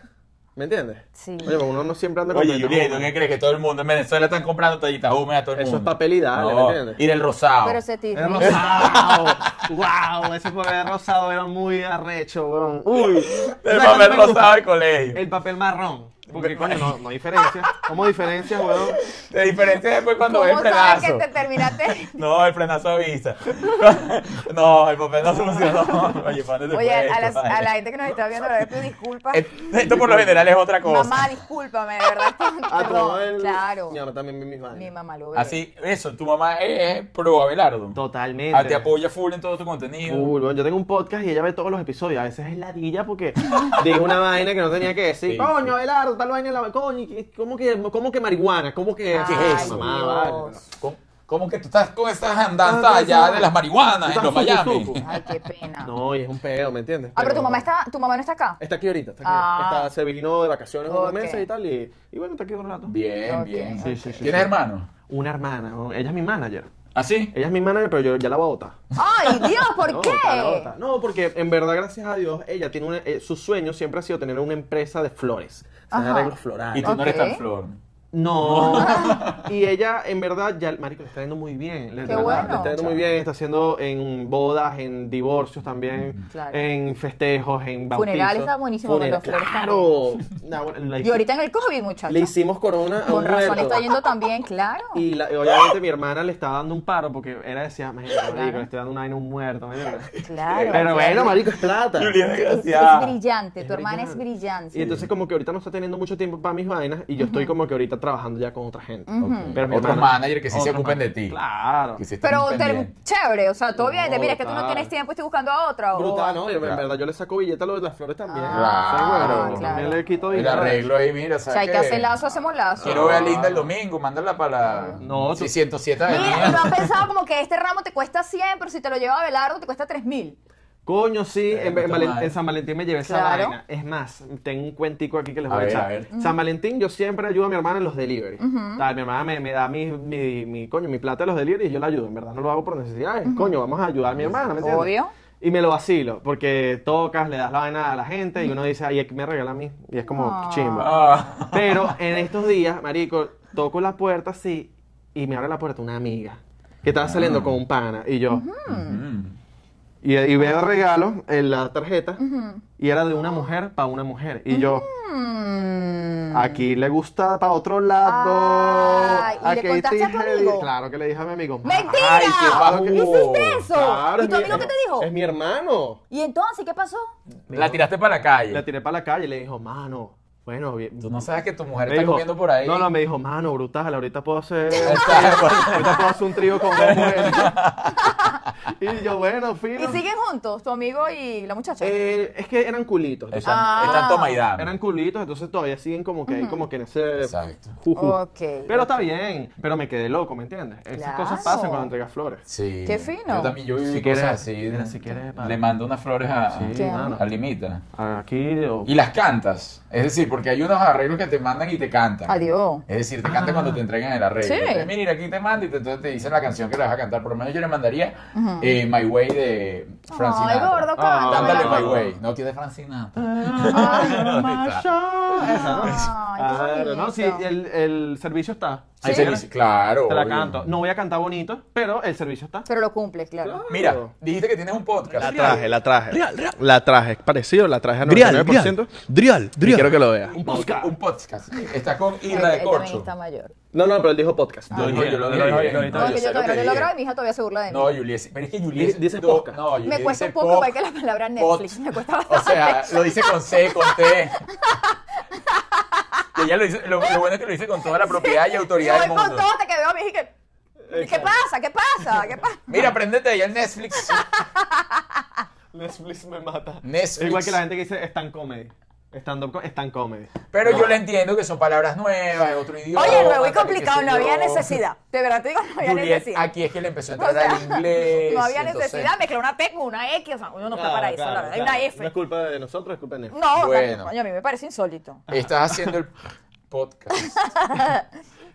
Speaker 4: ¿me entiendes?
Speaker 3: Sí.
Speaker 4: Oye, pues uno no siempre anda
Speaker 2: Oye,
Speaker 4: completo,
Speaker 2: Julieta,
Speaker 4: ¿no?
Speaker 2: ¿tú qué crees? Que todo el mundo en Venezuela están comprando toallitas húmedas a todo el
Speaker 4: Eso
Speaker 2: mundo.
Speaker 4: es papel y dale, ¿me entiendes?
Speaker 2: Y del rosado.
Speaker 3: Pero se te
Speaker 4: Era rosado. wow, ese papel rosado era muy arrecho, weón. Uy.
Speaker 2: Del
Speaker 4: ¿Sabes cuál
Speaker 2: papel
Speaker 4: me gusta?
Speaker 2: rosado del colegio.
Speaker 4: El papel marrón. Porque, coño, no, no hay diferencia. ¿Cómo diferencias, weón?
Speaker 2: La diferencia es después cuando ve el
Speaker 3: ¿Cómo sabes que
Speaker 2: frenazo.
Speaker 3: te terminaste?
Speaker 2: No, el frenazo avisa. no, el papel no funcionó. Oye, ponete
Speaker 3: Oye, a,
Speaker 2: puesto,
Speaker 3: las- a
Speaker 2: vale.
Speaker 3: la gente que nos está viendo, la verdad, pido disculpas.
Speaker 2: Eh, Esto por lo general es otra cosa.
Speaker 3: Mamá, discúlpame, de verdad.
Speaker 4: A todo
Speaker 3: Perdón,
Speaker 4: el...
Speaker 3: Claro.
Speaker 4: Mi mamá también mi madre.
Speaker 3: Mi mamá lo ve.
Speaker 2: Así, eso, tu mamá es pro Abelardo.
Speaker 4: Totalmente.
Speaker 2: Ah, Te apoya full en todo tu contenido.
Speaker 4: Full, weón. Yo tengo un podcast y ella ve todos los episodios. A veces es ladilla porque dijo una vaina que no tenía que decir.
Speaker 2: Sí.
Speaker 4: Coño, Abelardo, tal vaina, la... coño, ¿y qué- ¿cómo que, cómo que marihuana? ¿Cómo que
Speaker 3: Ay,
Speaker 2: ¿Qué es eso?
Speaker 4: Mamá,
Speaker 3: Dios.
Speaker 4: vale, pero-
Speaker 2: ¿Cómo, cómo que tú estás con esas andanzas
Speaker 4: Ah,
Speaker 2: allá
Speaker 4: sí.
Speaker 2: de las marihuanas en
Speaker 4: Estás
Speaker 2: los Miami?
Speaker 4: suco, suco.
Speaker 3: Ay, qué pena.
Speaker 4: No, y es un pedo, ¿me entiendes?
Speaker 3: Ah, pero
Speaker 4: Pero-
Speaker 3: tu mamá está, tu mamá no está acá.
Speaker 4: Está aquí ahorita, está aquí.
Speaker 3: Ah.
Speaker 4: Está- se vino de vacaciones unos
Speaker 3: Ok.
Speaker 4: meses y tal, y, y bueno, está aquí un rato.
Speaker 2: Bien,
Speaker 3: Ok,
Speaker 2: bien.
Speaker 4: Sí, sí, sí,
Speaker 2: ¿Tienes
Speaker 4: sí.
Speaker 2: hermanos?
Speaker 4: Una hermana, ¿no? ella es mi manager.
Speaker 2: ¿Así?
Speaker 4: Ella es mi manager, pero yo ya la voy a votar.
Speaker 3: Ay, Dios, ¿por
Speaker 4: No,
Speaker 3: qué?
Speaker 4: la voy a votar. No, porque en verdad, gracias a Dios, ella tiene una, eh, su sueño siempre ha sido tener una empresa de flores. O sea, de
Speaker 3: Ajá.
Speaker 4: arreglos
Speaker 2: Y
Speaker 4: florales.
Speaker 2: tú no eres
Speaker 3: Ok.
Speaker 2: tan flor.
Speaker 4: No. y ella, en verdad, ya, marico, le está yendo muy bien. Le,
Speaker 3: Qué
Speaker 4: de verdad,
Speaker 3: bueno.
Speaker 4: le está yendo muy bien. Está haciendo en bodas, en divorcios también,
Speaker 3: Claro.
Speaker 4: en festejos, en bautizos.
Speaker 3: Funerales está buenísimo con
Speaker 4: Funera-
Speaker 3: los flores
Speaker 4: Claro. Nah, bueno, la
Speaker 3: Y
Speaker 4: hice-
Speaker 3: ahorita en el COVID, muchachos.
Speaker 4: le hicimos corona a un
Speaker 3: Con razón
Speaker 4: muerto.
Speaker 3: está yendo también, claro.
Speaker 4: Y, la- y obviamente mi hermana le estaba dando un paro porque era decía, marico, marico, le estoy dando una vaina a un muerto. marico".
Speaker 3: Claro.
Speaker 4: Pero bueno, marico, es plata.
Speaker 2: Julián,
Speaker 3: Es, es
Speaker 2: desgraciada.
Speaker 3: brillante,
Speaker 4: Es
Speaker 3: tu hermana es brillante.
Speaker 4: Y entonces como que ahorita no está teniendo mucho tiempo para mis vainas y yo estoy como que ahorita trabajando ya con otra gente. Pero mi
Speaker 2: Otros
Speaker 4: hermana-
Speaker 2: managers que sí se
Speaker 4: otros
Speaker 2: ocupen de
Speaker 4: managers.
Speaker 2: ti.
Speaker 4: Claro.
Speaker 2: Que sí están
Speaker 3: Pero te-
Speaker 2: pendientes.
Speaker 3: chévere, o sea, todo
Speaker 4: No,
Speaker 3: bien. Mira, es que tú no
Speaker 4: brutal.
Speaker 3: tienes tiempo, estoy buscando a otra. o-
Speaker 4: Brutal, ¿no? Yo, En
Speaker 2: Claro.
Speaker 4: verdad yo le saco billete a lo de las flores también.
Speaker 2: Ah,
Speaker 4: Sí,
Speaker 2: claro.
Speaker 4: bueno, también le quito
Speaker 2: El
Speaker 4: dinero.
Speaker 2: arreglo ahí, mira,
Speaker 3: O
Speaker 2: ¿sabes
Speaker 3: sea, hay que
Speaker 2: qué?
Speaker 3: hacer lazo, hacemos lazo.
Speaker 2: Quiero ver a Linda el domingo, mándala para la
Speaker 4: No, tú-
Speaker 2: 607
Speaker 3: Mira, pero no han
Speaker 2: Avenida.
Speaker 3: pensado como que este ramo te cuesta 100, pero si te lo lleva a Belardo te cuesta 3000.
Speaker 4: Coño, sí, en, en
Speaker 2: puta
Speaker 4: Valen-
Speaker 2: madre.
Speaker 4: en San Valentín me llevé esa
Speaker 3: Claro.
Speaker 4: vaina. Es más, tengo un cuentico aquí que les
Speaker 2: A
Speaker 4: voy a
Speaker 2: ver,
Speaker 4: echar.
Speaker 2: a ver.
Speaker 4: San Valentín, yo siempre ayudo a mi hermana en los delivery. Tal, mi hermana me, me da mi, mi, mi- coño, mi plata de los delivery y yo la ayudo. En verdad, no lo hago por necesidades. Coño, vamos a ayudar a mi hermana, ¿me entiendes?
Speaker 3: Obvio.
Speaker 4: Y me lo vacilo, porque tocas, le das la vaina a la gente y uno dice, ay, me regala a mí. Y es como, qué chimbo.
Speaker 2: Ah.
Speaker 4: Pero en estos días, marico, toco la puerta así y me abre la puerta una amiga que estaba saliendo con un pana y yo.
Speaker 2: Mm.
Speaker 4: Y, y veo regalos en la tarjeta y era de una mujer para una mujer. Y yo,
Speaker 3: Mm.
Speaker 4: aquí le gusta para otro lado.
Speaker 3: Ay, ¿y le
Speaker 4: aquí
Speaker 3: contaste a tu
Speaker 4: dije-
Speaker 3: amigo?
Speaker 4: Claro que le dije a mi amigo.
Speaker 3: ¡Mentira!
Speaker 2: Ay, qué bajo.
Speaker 3: ¿Hiciste eso?
Speaker 4: Oh, Claro,
Speaker 3: ¿Y
Speaker 4: es
Speaker 3: tu
Speaker 4: mi-
Speaker 3: amigo qué te dijo?
Speaker 4: Es mi hermano.
Speaker 3: ¿Y entonces qué pasó?
Speaker 2: La tiraste para la calle.
Speaker 4: La tiré para la calle y le dijo, mano, bueno, bien.
Speaker 2: Tú no sabes que tu mujer
Speaker 4: Me
Speaker 2: está
Speaker 4: dijo-
Speaker 2: comiendo por ahí.
Speaker 4: No, no, me dijo, mano, brutal, ahorita puedo hacer.
Speaker 2: Está-
Speaker 4: ahorita puedo hacer un trío con dos mujeres. y yo, bueno, fino.
Speaker 3: ¿Y siguen juntos, tu amigo y la muchacha?
Speaker 4: Eh, es que eran culitos.
Speaker 2: Están,
Speaker 3: Ah.
Speaker 2: están toma y dame.
Speaker 4: Eran culitos, entonces todavía siguen como que ahí, como que en ese.
Speaker 2: Exacto.
Speaker 4: juju.
Speaker 3: Ok.
Speaker 4: Pero está bien, pero me quedé loco, ¿me entiendes? Esas
Speaker 3: Oh. Claro.
Speaker 4: cosas pasan cuando entregas flores.
Speaker 2: Sí.
Speaker 3: Qué fino.
Speaker 2: Yo también, yo viví
Speaker 4: Si
Speaker 2: cosas
Speaker 4: quieres-
Speaker 2: así.
Speaker 4: mira, si quieres, para-
Speaker 2: Le mando unas flores a,
Speaker 4: Sí,
Speaker 3: Qué
Speaker 4: mano.
Speaker 2: a Limita.
Speaker 4: Aquí o-
Speaker 2: Y las cantas. Es decir, porque hay unos arreglos que te mandan y te cantan.
Speaker 3: Adiós. Ah.
Speaker 2: Es decir, te cantan cuando te entregan el arreglo.
Speaker 3: Sí.
Speaker 2: Entonces, mira, aquí te mando y te, entonces te dicen la canción que la vas a cantar. Por lo menos yo le mandaría eh, My Way de Francina.
Speaker 3: Ay, gordo,
Speaker 4: Ah,
Speaker 3: cántamela.
Speaker 2: Cántale My Way. No, que de Francina.
Speaker 3: Ah,
Speaker 4: Esa, ¿no?
Speaker 3: Ay, qué
Speaker 4: Claro, no, sí,
Speaker 3: bonito.
Speaker 4: el, el servicio está.
Speaker 2: Ahí se dice, claro.
Speaker 4: Te la
Speaker 2: obvio.
Speaker 4: canto. No voy a cantar bonito, pero el servicio está.
Speaker 3: Pero lo cumples, claro.
Speaker 2: Mira, dijiste que tienes un podcast.
Speaker 9: la traje. La traje. Es parecido, la traje a
Speaker 10: Drial,
Speaker 9: Y quiero que lo veas.
Speaker 2: Un podcast. Un podcast. Está con
Speaker 3: Él-
Speaker 2: Irra de
Speaker 3: él también
Speaker 2: Corcho. Ah,
Speaker 3: está mayor.
Speaker 4: No, no, pero él dijo podcast.
Speaker 2: Yo dije, yo lo dije.
Speaker 4: Ah, Lo dije,
Speaker 2: No,
Speaker 4: lo dije.
Speaker 2: yo
Speaker 3: No, que
Speaker 2: sé
Speaker 3: yo
Speaker 2: lo que
Speaker 3: todavía no lo he
Speaker 2: dije.
Speaker 3: logrado y mi hija todavía se burla de mí.
Speaker 2: No, Juliet, sí. pero es que Juliet
Speaker 4: Dice- dice
Speaker 2: no,
Speaker 4: podcast.
Speaker 2: no, Juliet
Speaker 3: me cuesta un
Speaker 2: dice
Speaker 3: poco
Speaker 2: poc,
Speaker 3: igual que la palabra Netflix.
Speaker 2: poc.
Speaker 3: Me cuesta
Speaker 2: O
Speaker 3: bastante.
Speaker 2: sea, lo dice con C, con T. Y ella lo dice, lo, lo bueno es que lo dice con toda la propiedad y
Speaker 3: Y
Speaker 2: autoridad
Speaker 3: voy
Speaker 2: del
Speaker 3: con
Speaker 2: mundo.
Speaker 3: todo hasta que veo a mi hija y que... ¿y ¿Qué pasa? ¿Qué pasa? ¿Qué pasa?
Speaker 2: Mira, prendete ya el Netflix.
Speaker 4: Netflix me mata.
Speaker 2: Netflix.
Speaker 4: Igual que la gente que dice stand comedy. Stand up, co- stand comedy.
Speaker 2: Pero yo le entiendo que son palabras nuevas, es otro idioma.
Speaker 3: Oye, nuevo y
Speaker 2: tal, que
Speaker 3: complicado,
Speaker 2: qué
Speaker 3: no
Speaker 2: sé
Speaker 3: había
Speaker 2: yo.
Speaker 3: necesidad. De verdad te digo, no había
Speaker 2: Juliet,
Speaker 3: necesidad.
Speaker 2: aquí es que le empezó a
Speaker 3: O
Speaker 2: entrar
Speaker 3: sea,
Speaker 2: al inglés.
Speaker 3: no había
Speaker 2: entonces-
Speaker 3: necesidad, mezclé una T con una X, o sea, uno no está para eso, la verdad. Hay una
Speaker 4: No es
Speaker 3: F.
Speaker 4: culpa de nosotros, es culpa de Netflix.
Speaker 3: No,
Speaker 2: Bueno.
Speaker 3: coño, a mí me parece insólito.
Speaker 2: Estás haciendo el podcast.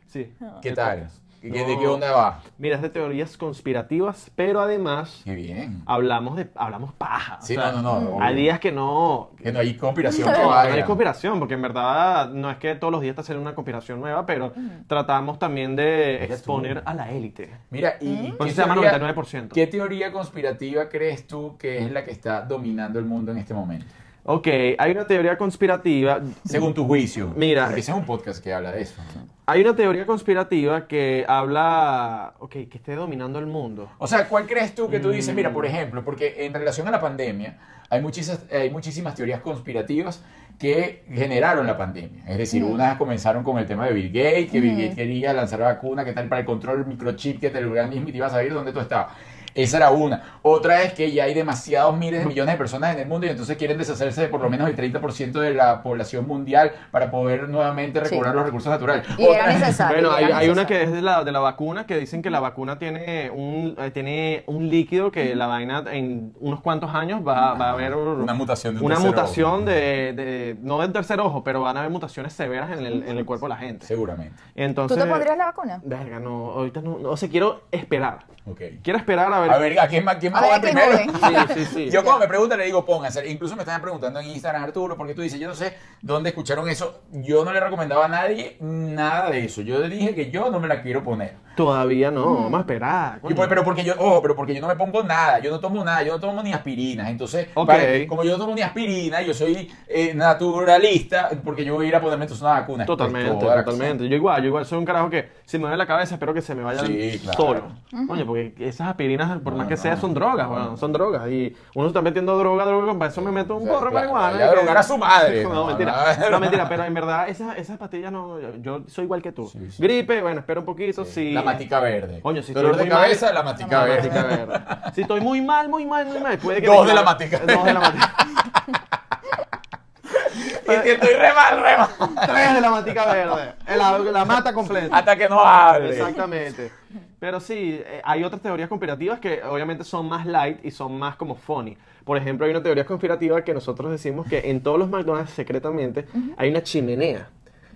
Speaker 4: Sí.
Speaker 3: Ah.
Speaker 2: ¿Qué tal? ¿Qué- ¿De qué
Speaker 4: No.
Speaker 2: onda va?
Speaker 4: Mira, es de teorías conspirativas, pero además
Speaker 2: Qué bien.
Speaker 4: hablamos de hablamos paja.
Speaker 2: Sí, no, no, no.
Speaker 4: Hay días que no.
Speaker 2: Que no hay conspiración que
Speaker 4: No, no hay
Speaker 2: vaya.
Speaker 4: conspiración, porque en verdad no es que todos los días te salen una conspiración nueva, pero tratamos también de exponer a la élite.
Speaker 2: Mira, y- y
Speaker 4: Por
Speaker 2: ¿qué
Speaker 4: eso se llama
Speaker 2: teoría-
Speaker 4: 99%.
Speaker 2: ¿Qué teoría conspirativa crees tú que es la que está dominando el mundo en este momento?
Speaker 4: Ok, hay una teoría conspirativa.
Speaker 2: Según tu juicio.
Speaker 4: Mira.
Speaker 2: Porque ese es un podcast que habla de eso. ¿no?
Speaker 4: Hay una teoría conspirativa que habla, ok, que esté dominando el mundo.
Speaker 2: O sea, ¿cuál crees tú que tú dices? Mira, por ejemplo, porque en relación a la pandemia, hay muchísimas, hay muchísimas teorías conspirativas que generaron la pandemia. Es decir, unas comenzaron con el tema de Bill Gates, que Bill Gates quería lanzar la vacuna, que tal, para el control del microchip, que te lo organismo y te iba a saber dónde tú estabas. Esa era una. Otra es que ya hay demasiados miles de millones de personas en el mundo y entonces quieren deshacerse de por lo menos el 30% de la población mundial para poder nuevamente recobrar los recursos naturales.
Speaker 3: Y era
Speaker 2: Otra-
Speaker 3: necesario.
Speaker 4: Bueno,
Speaker 3: y
Speaker 4: hay,
Speaker 3: era
Speaker 4: hay una
Speaker 3: necesario.
Speaker 4: que es de la, de la vacuna que dicen que la vacuna tiene un, eh, tiene un líquido que la vaina en unos cuantos años va, va a haber
Speaker 2: Una mutación de un
Speaker 4: una
Speaker 2: tercer
Speaker 4: mutación
Speaker 2: ojo.
Speaker 4: de, de- no del tercer ojo, pero van a haber mutaciones severas en el, en el cuerpo de la gente.
Speaker 2: Seguramente.
Speaker 4: Entonces,
Speaker 3: ¿Tú te pondrías la vacuna?
Speaker 4: Verga, no, ahorita no, no, o sea, quiero esperar.
Speaker 2: Ok.
Speaker 4: Quiero esperar a ver.
Speaker 2: A ver, ¿a quién, ma- quién más
Speaker 3: A ver,
Speaker 2: joda
Speaker 3: ¿a quién
Speaker 2: primero?
Speaker 3: joden?
Speaker 4: Sí, sí, sí.
Speaker 2: Yo cuando me preguntan le digo pónganse. Incluso me estaban preguntando en Instagram, Arturo, porque tú dices, yo no sé dónde escucharon eso. Yo no le recomendaba a nadie nada de eso. Yo le dije que yo no me la quiero poner.
Speaker 4: Todavía no,
Speaker 3: Mm.
Speaker 4: vamos a esperar.
Speaker 2: Y
Speaker 4: coño.
Speaker 2: pues, pero porque yo, ojo, pero porque yo no me pongo nada, yo no tomo nada, yo no tomo ni aspirinas. Entonces,
Speaker 4: Ok.
Speaker 2: para- como yo no tomo ni aspirina, yo soy eh, naturalista, porque yo voy a ir a ponerme entonces una vacuna. Pues,
Speaker 4: Totalmente,
Speaker 2: toda la cosa.
Speaker 4: totalmente. Yo igual, yo igual soy un carajo que si me duele la cabeza espero que se me vaya
Speaker 2: Sí, claro.
Speaker 4: solo. Coño, porque esas aspirinas, por más que sea, son drogas, weón, son drogas. Y uno se está metiendo droga, droga, para eso me meto un
Speaker 2: O sea,
Speaker 4: porro de
Speaker 2: claro,
Speaker 4: marihuana.
Speaker 2: vaya a
Speaker 4: y que-
Speaker 2: drogar a su madre.
Speaker 4: No,
Speaker 2: No,
Speaker 4: mentira,
Speaker 2: no.
Speaker 4: no, mentira, pero en verdad esas, esas pastillas no, yo, yo soy igual que tú.
Speaker 2: Sí, sí.
Speaker 4: Gripe, bueno, espera un poquito, sí.
Speaker 2: La matica verde.
Speaker 4: Coño, si
Speaker 2: Dolor
Speaker 4: estoy
Speaker 2: de
Speaker 4: muy mal-
Speaker 2: cabeza, la matica
Speaker 4: La
Speaker 2: verde.
Speaker 4: matica verde. Si estoy muy mal, muy mal, muy mal, puede que...
Speaker 2: Dos
Speaker 4: me-
Speaker 2: de la matica.
Speaker 4: Dos de la matica.
Speaker 2: Y que estoy re mal, re mal.
Speaker 4: Tres de la matica verde. La, la mata completa.
Speaker 2: Hasta que no hable.
Speaker 4: Exactamente. Pero sí, eh, hay otras teorías conspirativas que obviamente son más light y son más como funny. Por ejemplo, hay una teoría conspirativa que nosotros decimos que en todos los McDonald's secretamente hay una chimenea.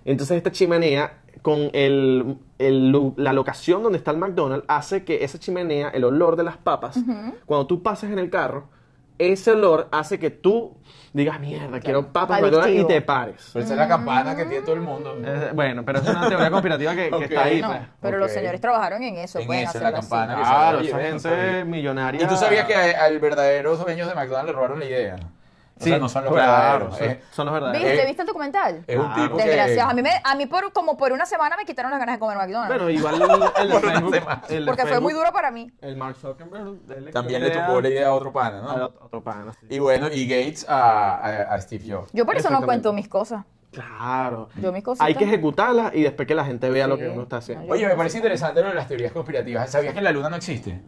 Speaker 4: Entonces esta chimenea con el, el lu- la locación donde está el McDonald's hace que esa chimenea, el olor de las papas, cuando tú pasas en el carro, ese olor hace que tú digas, mierda, quiero papas
Speaker 3: Adictivo.
Speaker 4: McDonald's y te pares.
Speaker 2: Pero Pues esa es la campana que tiene todo el mundo.
Speaker 4: Eh, Bueno, pero es una teoría conspirativa que, que
Speaker 2: Ok.
Speaker 4: está ahí.
Speaker 3: No,
Speaker 4: pues.
Speaker 3: pero los
Speaker 2: Ok.
Speaker 3: señores trabajaron en eso,
Speaker 2: En
Speaker 3: pueden
Speaker 2: eso, en la
Speaker 3: hacerlo así.
Speaker 2: campana.
Speaker 4: Claro,
Speaker 2: Oye,
Speaker 4: esa
Speaker 2: bueno,
Speaker 4: gente
Speaker 2: pero-
Speaker 4: millonaria.
Speaker 2: Y tú sabías que a- al verdadero dueños de McDonald's le robaron la idea. O
Speaker 4: Sí,
Speaker 2: sea, no son los
Speaker 4: claro, Ah,
Speaker 2: verdaderos.
Speaker 4: son,
Speaker 2: eh.
Speaker 4: son los verdaderos.
Speaker 3: ¿Viste?
Speaker 2: Eh,
Speaker 3: ¿Viste el documental?
Speaker 2: Es un
Speaker 4: Claro.
Speaker 2: tipo que...
Speaker 3: Desgraciados. A mí, me, a mí por, como por una semana me quitaron las ganas de comer McDonald's.
Speaker 4: Bueno, igual el, el de
Speaker 2: Por una
Speaker 4: Facebook.
Speaker 2: semana.
Speaker 4: el de
Speaker 3: porque fue muy
Speaker 4: Facebook,
Speaker 3: duro para mí.
Speaker 4: El Mark Zuckerberg. él
Speaker 2: También
Speaker 4: dio
Speaker 2: le
Speaker 4: idea
Speaker 2: tocó la idea a otro pana,
Speaker 4: a
Speaker 2: ¿no?
Speaker 4: otro pana, sí.
Speaker 2: Y bueno, y Gates a, a- a Steve Jobs.
Speaker 3: Yo por eso no
Speaker 4: Exactamente.
Speaker 3: cuento mis cosas.
Speaker 4: Claro.
Speaker 3: Yo mis cositas.
Speaker 4: Hay que ejecutarlas y después que la gente vea lo que
Speaker 3: Sí.
Speaker 4: uno está haciendo.
Speaker 2: Oye, me parece interesante lo de las teorías conspirativas. ¿Sabías que la luna no existe?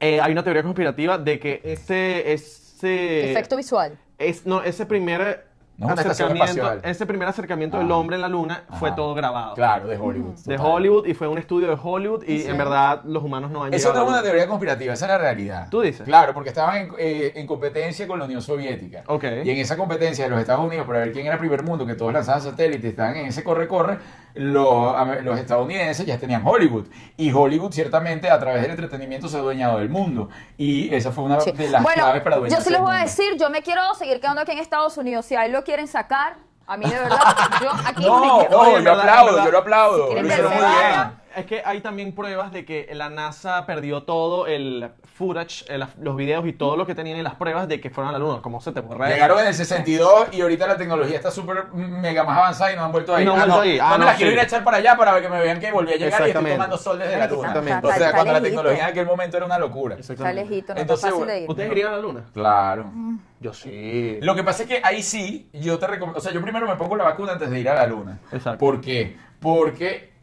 Speaker 4: Eh, hay una teoría conspirativa de que ese. ese
Speaker 3: Efecto visual.
Speaker 4: es, no, ese primer.
Speaker 2: No, una estación espacial.
Speaker 4: acercamiento, ese primer acercamiento del
Speaker 2: Ah.
Speaker 4: hombre en la luna fue
Speaker 2: Ajá.
Speaker 4: todo grabado.
Speaker 2: Claro, de Hollywood.
Speaker 4: De
Speaker 2: total.
Speaker 4: Hollywood y fue un estudio de Hollywood y en verdad los humanos no han
Speaker 2: Eso no
Speaker 4: llegado.
Speaker 2: es
Speaker 4: a
Speaker 2: una
Speaker 4: la luna.
Speaker 2: teoría conspirativa, esa es la realidad.
Speaker 4: ¿Tú dices?
Speaker 2: Claro, porque estaban en, eh, en competencia con la Unión Soviética.
Speaker 4: Ok.
Speaker 2: Y en esa competencia de los Estados Unidos para ver quién era el primer mundo, que todos lanzaban satélites, estaban en ese corre-corre, los, am- los estadounidenses ya tenían Hollywood. Y Hollywood, ciertamente, a través del entretenimiento se ha adueñado del mundo. Y esa fue una
Speaker 3: Sí.
Speaker 2: Ah, de las
Speaker 3: Bueno,
Speaker 2: claves para adueñarse
Speaker 3: yo sí les
Speaker 2: del
Speaker 3: voy a
Speaker 2: mundo.
Speaker 3: decir, yo me quiero seguir quedando aquí en Estados Unidos. Si ahí lo quieren sacar, a mí de verdad, yo aquí me
Speaker 2: No,
Speaker 3: quedo.
Speaker 2: no,
Speaker 4: Oye, en
Speaker 2: yo
Speaker 4: verdad, en
Speaker 2: aplaudo,
Speaker 4: verdad.
Speaker 2: yo lo aplaudo.
Speaker 3: Si
Speaker 2: Lo
Speaker 3: quieren
Speaker 2: hicieron muy
Speaker 3: perseverar,
Speaker 2: bien.
Speaker 4: Es que hay también pruebas de que la NASA perdió todo el footage, el- los videos y todo lo que tenían en las pruebas de que fueron a la luna. ¿Cómo se te borra eso?
Speaker 2: Llegaron en el 62 y ahorita la tecnología está súper mega más avanzada y no han vuelto ahí.
Speaker 4: Y no han vuelto ahí. Ah,
Speaker 2: no me
Speaker 4: no,
Speaker 2: la quiero
Speaker 4: sí.
Speaker 2: ir a echar para allá para que me vean que volví a llegar y estoy
Speaker 4: Exactamente.
Speaker 2: tomando sol desde la luna.
Speaker 3: Exactamente.
Speaker 2: O sea, cuando la
Speaker 3: Está
Speaker 2: tecnología en
Speaker 3: lejito.
Speaker 2: aquel momento era una locura.
Speaker 3: Está lejito, no
Speaker 2: Entonces,
Speaker 3: está fácil de ir.
Speaker 4: ¿Ustedes irían a la luna?
Speaker 2: Claro.
Speaker 4: Yo sí.
Speaker 2: Lo que pasa es que ahí sí, yo te recomiendo, o sea, yo primero me pongo la vacuna antes de ir a la luna.
Speaker 4: Exacto.
Speaker 2: ¿Por qué? Porque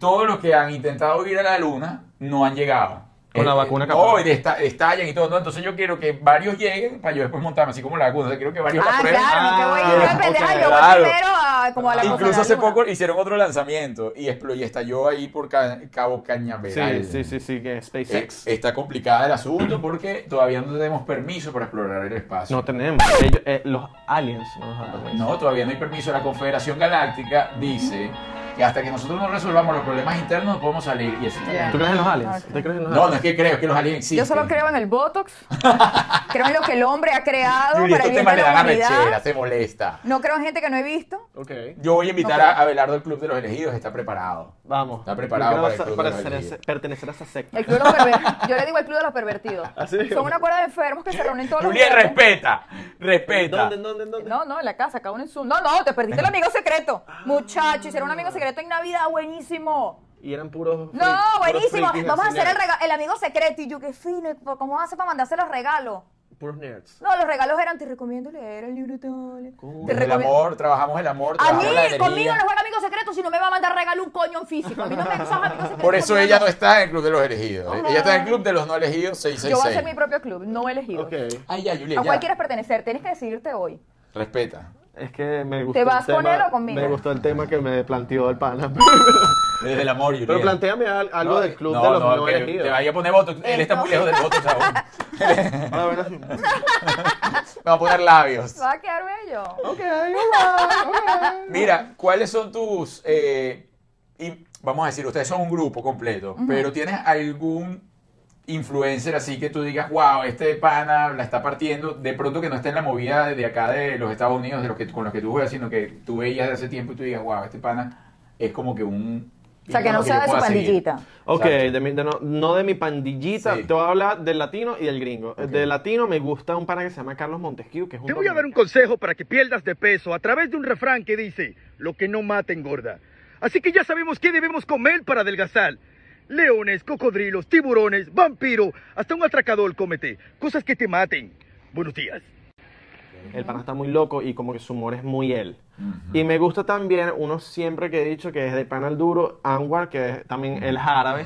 Speaker 2: todos los que han intentado ir a la luna no han llegado.
Speaker 4: Con la
Speaker 2: Eh,
Speaker 4: vacuna
Speaker 2: No,
Speaker 4: capaz.
Speaker 2: y desta- estallan y todo. ¿no? Entonces yo quiero que varios lleguen para yo después montarme, así como la vacuna. O sea, quiero que varios la
Speaker 3: Ah,
Speaker 2: prueben.
Speaker 3: claro, no te voy a ir
Speaker 2: Ah,
Speaker 3: de pendeja,
Speaker 2: ok,
Speaker 3: yo voy
Speaker 2: claro.
Speaker 3: primero a, como a la cosa de
Speaker 2: Incluso
Speaker 3: la
Speaker 2: hace
Speaker 3: luna.
Speaker 2: poco hicieron otro lanzamiento y, explo- y estalló ahí por Ca- Cabo Cañaveral.
Speaker 4: Sí, sí, sí, sí, que
Speaker 2: Eh,
Speaker 4: SpaceX.
Speaker 2: está complicada el asunto porque todavía no tenemos permiso para explorar el espacio.
Speaker 4: No tenemos. Ellos- eh, los pues. aliens no nos dan permiso.
Speaker 2: No, todavía no hay permiso. La Confederación Galáctica dice que hasta que nosotros no resolvamos los problemas internos no podemos salir. Y eso está
Speaker 3: Ya.
Speaker 4: ¿Tú crees en los aliens? ¿Usted crees en los
Speaker 2: No,
Speaker 4: aliens?
Speaker 2: no es que creo, es que los aliens existen.
Speaker 3: Yo solo creo en el Botox Creo en lo que el hombre ha creado
Speaker 2: Yuri,
Speaker 3: para
Speaker 2: estos
Speaker 3: el bien
Speaker 2: temas
Speaker 3: de
Speaker 2: le
Speaker 3: la
Speaker 2: dan
Speaker 3: humanidad.
Speaker 2: arrechera, se molesta.
Speaker 3: No creo en gente que no he visto.
Speaker 4: Ok.
Speaker 2: Yo voy a invitar
Speaker 3: No
Speaker 2: a
Speaker 3: creo.
Speaker 2: a Abelardo al Club de los Elegidos, está preparado.
Speaker 4: Vamos.
Speaker 2: Está preparado
Speaker 4: Yo creo
Speaker 2: para el
Speaker 4: sa-
Speaker 2: club
Speaker 4: para
Speaker 2: de los
Speaker 4: ser-
Speaker 2: elegidos.
Speaker 4: pertenecer a esa secta.
Speaker 3: El club de los perver- Yo le digo el club de los pervertidos.
Speaker 4: ¿Ah, sí?
Speaker 3: Son una cuerda de enfermos que se reúnen todos los
Speaker 2: Julián,
Speaker 3: viernes.
Speaker 2: respeta, respeta.
Speaker 4: ¿Dónde, dónde, dónde?
Speaker 3: No, no, en la casa, cada uno en su. No, no, te perdiste el amigo secreto.
Speaker 2: Ah.
Speaker 3: Muchacho, hicieron un amigo secreto en Navidad, buenísimo.
Speaker 4: Y eran puros.
Speaker 3: No,
Speaker 4: freaks, puros
Speaker 3: buenísimo.
Speaker 4: frikis del
Speaker 3: Vamos a hacer
Speaker 4: cine,
Speaker 3: el, rega- el amigo secreto. Y yo, qué fino. ¿Cómo hace para mandarse los regalos?
Speaker 4: Puros nerds.
Speaker 3: No, los regalos eran, te recomiendo leer el libro tal.
Speaker 4: Coño.
Speaker 3: Te
Speaker 2: Desde el
Speaker 3: recomiendo.
Speaker 2: amor, trabajamos el amor,
Speaker 3: A
Speaker 2: trabajamos la
Speaker 3: mí, conmigo no
Speaker 2: energía.
Speaker 3: juega amigo secreto si no me va a mandar regalo un coño en físico. A mí no me esos amigos secretos
Speaker 2: Por eso
Speaker 3: conmigo
Speaker 2: ella
Speaker 3: no.
Speaker 2: no está en el Club de los Elegidos.
Speaker 3: Ajá.
Speaker 2: Ella está en el Club de los No Elegidos
Speaker 3: Yo voy a hacer mi
Speaker 2: 666.
Speaker 3: propio club, no elegido.
Speaker 4: Ok.
Speaker 2: Ay, ya, Julián,
Speaker 3: ¿A cuál quieres
Speaker 2: ya.
Speaker 3: pertenecer? Tienes que decidirte hoy.
Speaker 2: Respeta.
Speaker 4: Es que me gustó.
Speaker 3: ¿Te vas
Speaker 4: el
Speaker 3: con
Speaker 4: tema-
Speaker 3: él o conmigo?
Speaker 4: Me gustó el tema que me planteó el pana.
Speaker 2: Desde el amor,
Speaker 4: Pero
Speaker 2: Julián.
Speaker 4: planteame al- algo
Speaker 2: No,
Speaker 4: del club
Speaker 2: no,
Speaker 4: de los
Speaker 2: no,
Speaker 4: no,
Speaker 2: que
Speaker 4: elegidos.
Speaker 2: Te vaya a poner voto. Él está muy lejos del voto, chabón.
Speaker 4: Ah, bueno, sí.
Speaker 2: Vamos a poner labios.
Speaker 3: Va a quedar bello.
Speaker 4: Ok, alright, alright.
Speaker 2: Mira, ¿cuáles son tus... eh, y vamos a decir, ustedes son un grupo completo, pero ¿tienes algún influencer así que tú digas, wow, este pana la está partiendo, de pronto que no esté en la movida de acá de los Estados Unidos, de los que, con los que tú juegas, sino que tú veías de hace tiempo y tú digas, wow, este pana es como que un...
Speaker 3: O sea, que no
Speaker 2: ícono
Speaker 3: sea
Speaker 2: yo
Speaker 3: de su
Speaker 2: pueda seguir"?
Speaker 3: pandillita.
Speaker 4: Ok,
Speaker 2: Exacto.
Speaker 4: de mi- de no, no de mi pandillita,
Speaker 2: Sí.
Speaker 4: te voy a hablar del latino y del gringo. Del latino me gusta un pana que se llama Carlos Montesquieu, que es un
Speaker 11: Te voy a dar un
Speaker 4: dominicano.
Speaker 11: consejo para que pierdas de peso a través de un refrán que dice, lo que no mata engorda. Así que ya sabemos qué debemos comer para adelgazar. Leones, cocodrilos, tiburones, vampiro, hasta un atracador cómete. Cosas que te maten. Buenos días.
Speaker 4: El pana está muy loco y como que su humor es muy él. Y me gusta también uno siempre que he dicho que es de pana al duro, Anwar, que es también el árabe.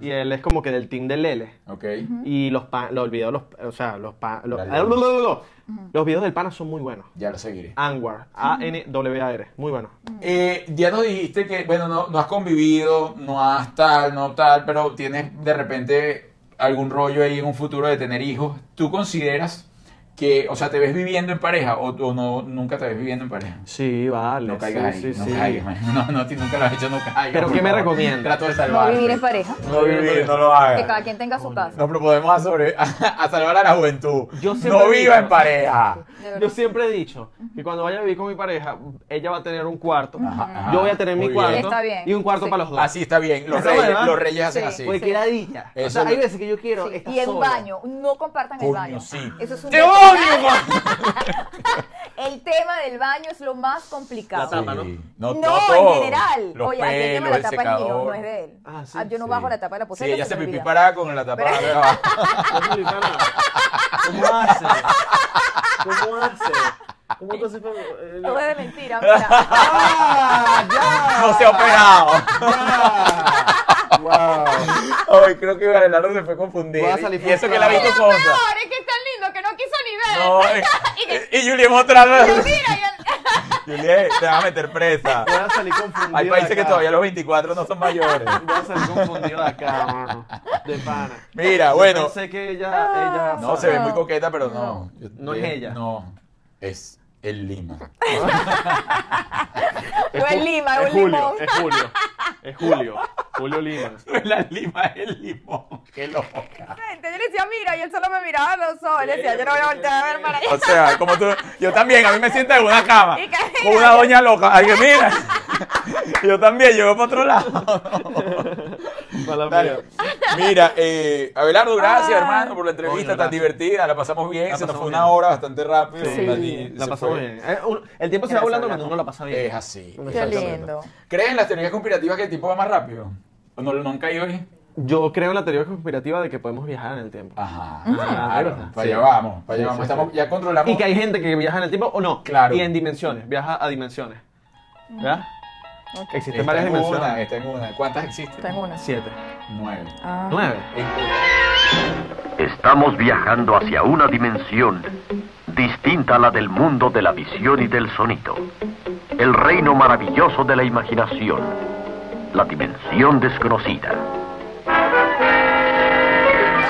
Speaker 4: Y él es como que del team de Lele.
Speaker 2: Ok.
Speaker 4: Y los pa- los videos, los, o sea, los pa- los,
Speaker 2: Dale.
Speaker 4: los videos del pana son muy buenos.
Speaker 2: Ya lo seguiré.
Speaker 4: Anwar, A-N-W-A-R, muy bueno.
Speaker 2: Eh, ya nos dijiste que, bueno, no, no has convivido, no has tal, no tal, pero tienes de repente algún rollo ahí en un futuro de tener hijos. ¿Tú consideras que, o sea, te ves viviendo en pareja o, o no, nunca te ves viviendo en pareja?
Speaker 4: Sí, vale.
Speaker 2: No caigas
Speaker 4: sí,
Speaker 2: ahí,
Speaker 4: sí,
Speaker 2: no
Speaker 4: sí.
Speaker 2: caigas, man. No, no, ti nunca lo has hecho, no caigas.
Speaker 4: Pero
Speaker 2: por
Speaker 4: ¿qué me
Speaker 2: favor.
Speaker 4: recomiendas?
Speaker 2: Trato de
Speaker 3: No
Speaker 2: salvarte.
Speaker 3: vivir en pareja.
Speaker 2: No vivir, no lo hagas.
Speaker 3: Que cada quien tenga su casa.
Speaker 2: Nos proponemos a, sobre- a salvar a la juventud.
Speaker 4: Yo siempre
Speaker 2: no viva
Speaker 4: digo-
Speaker 2: en pareja.
Speaker 3: De verdad.
Speaker 4: Yo siempre he dicho que cuando vaya a vivir con mi pareja, ella va a tener un cuarto,
Speaker 2: Ajá, ajá.
Speaker 4: yo voy a tener
Speaker 2: Muy
Speaker 4: mi
Speaker 2: bien.
Speaker 4: cuarto
Speaker 3: Está bien.
Speaker 4: y un cuarto
Speaker 3: Sí.
Speaker 4: para los dos.
Speaker 2: Así está bien. Los
Speaker 4: Eso,
Speaker 2: reyes,
Speaker 4: ¿verdad?
Speaker 2: los reyes hacen
Speaker 3: Sí.
Speaker 2: así.
Speaker 4: Porque quedadilla. O
Speaker 2: Eso
Speaker 4: sea, hay
Speaker 2: lo-
Speaker 4: veces que yo quiero estar
Speaker 3: Y en
Speaker 4: solo.
Speaker 3: baño, no compartan el
Speaker 2: Coño,
Speaker 3: baño.
Speaker 2: sí.
Speaker 3: Eso es un
Speaker 2: ¡Te
Speaker 3: tema.
Speaker 2: odio, man!
Speaker 3: El tema del baño es lo más complicado.
Speaker 4: La tapa, ¿no?
Speaker 2: Sí.
Speaker 3: No,
Speaker 2: todo.
Speaker 3: en general.
Speaker 2: Los
Speaker 3: Oye, aquí el tema
Speaker 2: pelos,
Speaker 3: de
Speaker 2: el
Speaker 3: la tapa es mío,
Speaker 2: secador.
Speaker 3: no es de él.
Speaker 4: Ah, sí,
Speaker 3: yo no
Speaker 4: sí.
Speaker 3: bajo la tapa de la
Speaker 2: Sí,
Speaker 3: poseta.
Speaker 2: ella se
Speaker 3: me
Speaker 2: pipí
Speaker 3: olvida.
Speaker 2: parada con la tapa. de abajo.
Speaker 4: No te para nada. ¿Cómo hace? ¿Cómo hace? ¿Cómo te hace para- eh,
Speaker 3: Todo es de mentira, mira.
Speaker 2: No se ha operado.
Speaker 4: Wow.
Speaker 2: Ay, creo que Abelardo se fue confundido.
Speaker 4: Voy a salir
Speaker 2: Y eso que la ha visto
Speaker 3: Peor,
Speaker 2: cosa.
Speaker 3: es que es tan lindo que no quiso ni ver.
Speaker 2: No, eh,
Speaker 3: y que,
Speaker 2: y Julián mostrando.
Speaker 3: mira, y
Speaker 2: Julián, eh, te van a meter presa.
Speaker 4: Voy a salir confundido.
Speaker 2: Hay
Speaker 4: de
Speaker 2: países que
Speaker 4: acá.
Speaker 2: todavía los 24 no son mayores.
Speaker 4: Voy a salir confundido de acá, mano. De pana.
Speaker 2: Mira,
Speaker 4: Yo
Speaker 2: bueno.
Speaker 4: Pensé que
Speaker 3: Ah.
Speaker 4: ella. ella
Speaker 2: No, se ve muy coqueta, pero no.
Speaker 4: No es ella.
Speaker 2: No, es el Lima.
Speaker 3: el- no es Lima, es un limón.
Speaker 4: es Julio. Es Julio. Julio Lima.
Speaker 2: No es la Lima, es el limón. Qué loca.
Speaker 3: Gente, yo le decía, mira, y él solo me miraba a los ojos. Le decía, yo no voy a voltear a ver para allá.
Speaker 2: O sea, como tú, yo también, a mí me siento en una cama,
Speaker 3: Y que-
Speaker 2: con una doña loca, ay que mira, yo también, yo voy para otro lado.
Speaker 4: Mala
Speaker 2: Dale.
Speaker 4: mía.
Speaker 2: Mira, eh, Abelardo, gracias hermano por la entrevista
Speaker 4: Coño,
Speaker 2: tan
Speaker 4: gracias.
Speaker 2: divertida, la pasamos bien,
Speaker 4: La
Speaker 2: se nos
Speaker 4: pasamos
Speaker 2: fue
Speaker 4: bien.
Speaker 2: una hora bastante rápido.
Speaker 4: Sí.
Speaker 2: Dani,
Speaker 4: La
Speaker 2: se
Speaker 4: pasamos
Speaker 2: fue.
Speaker 4: bien. Eh, un- El tiempo se va volando cuando uno la pasa bien.
Speaker 2: Es así.
Speaker 3: Qué
Speaker 2: exactamente.
Speaker 3: lindo.
Speaker 2: ¿Crees en las teorías conspirativas que el tiempo va más rápido? ¿O no, no han caído ahí?
Speaker 4: Yo creo en la teoría conspirativa de que podemos viajar en el tiempo.
Speaker 3: Ah,
Speaker 2: Ajá,
Speaker 4: Claro.
Speaker 2: claro, para
Speaker 4: Sí.
Speaker 2: allá vamos, para allá
Speaker 4: Sí,
Speaker 2: vamos,
Speaker 4: sí,
Speaker 2: Estamos,
Speaker 4: sí.
Speaker 2: ya controlamos.
Speaker 4: Y que hay gente que viaja en el tiempo o no.
Speaker 2: Claro.
Speaker 4: Y en dimensiones. Viaja a dimensiones.
Speaker 3: Mm.
Speaker 4: ¿Verdad? Existen
Speaker 2: Está
Speaker 4: varias
Speaker 2: en una,
Speaker 4: dimensiones.
Speaker 2: está en una. ¿Cuántas existen?
Speaker 3: Tengo una.
Speaker 4: Siete.
Speaker 2: Nueve.
Speaker 3: Ah,
Speaker 4: Nueve.
Speaker 12: Estamos viajando hacia una dimensión distinta a la del mundo de la visión y del sonido. El reino maravilloso de la imaginación. La dimensión desconocida.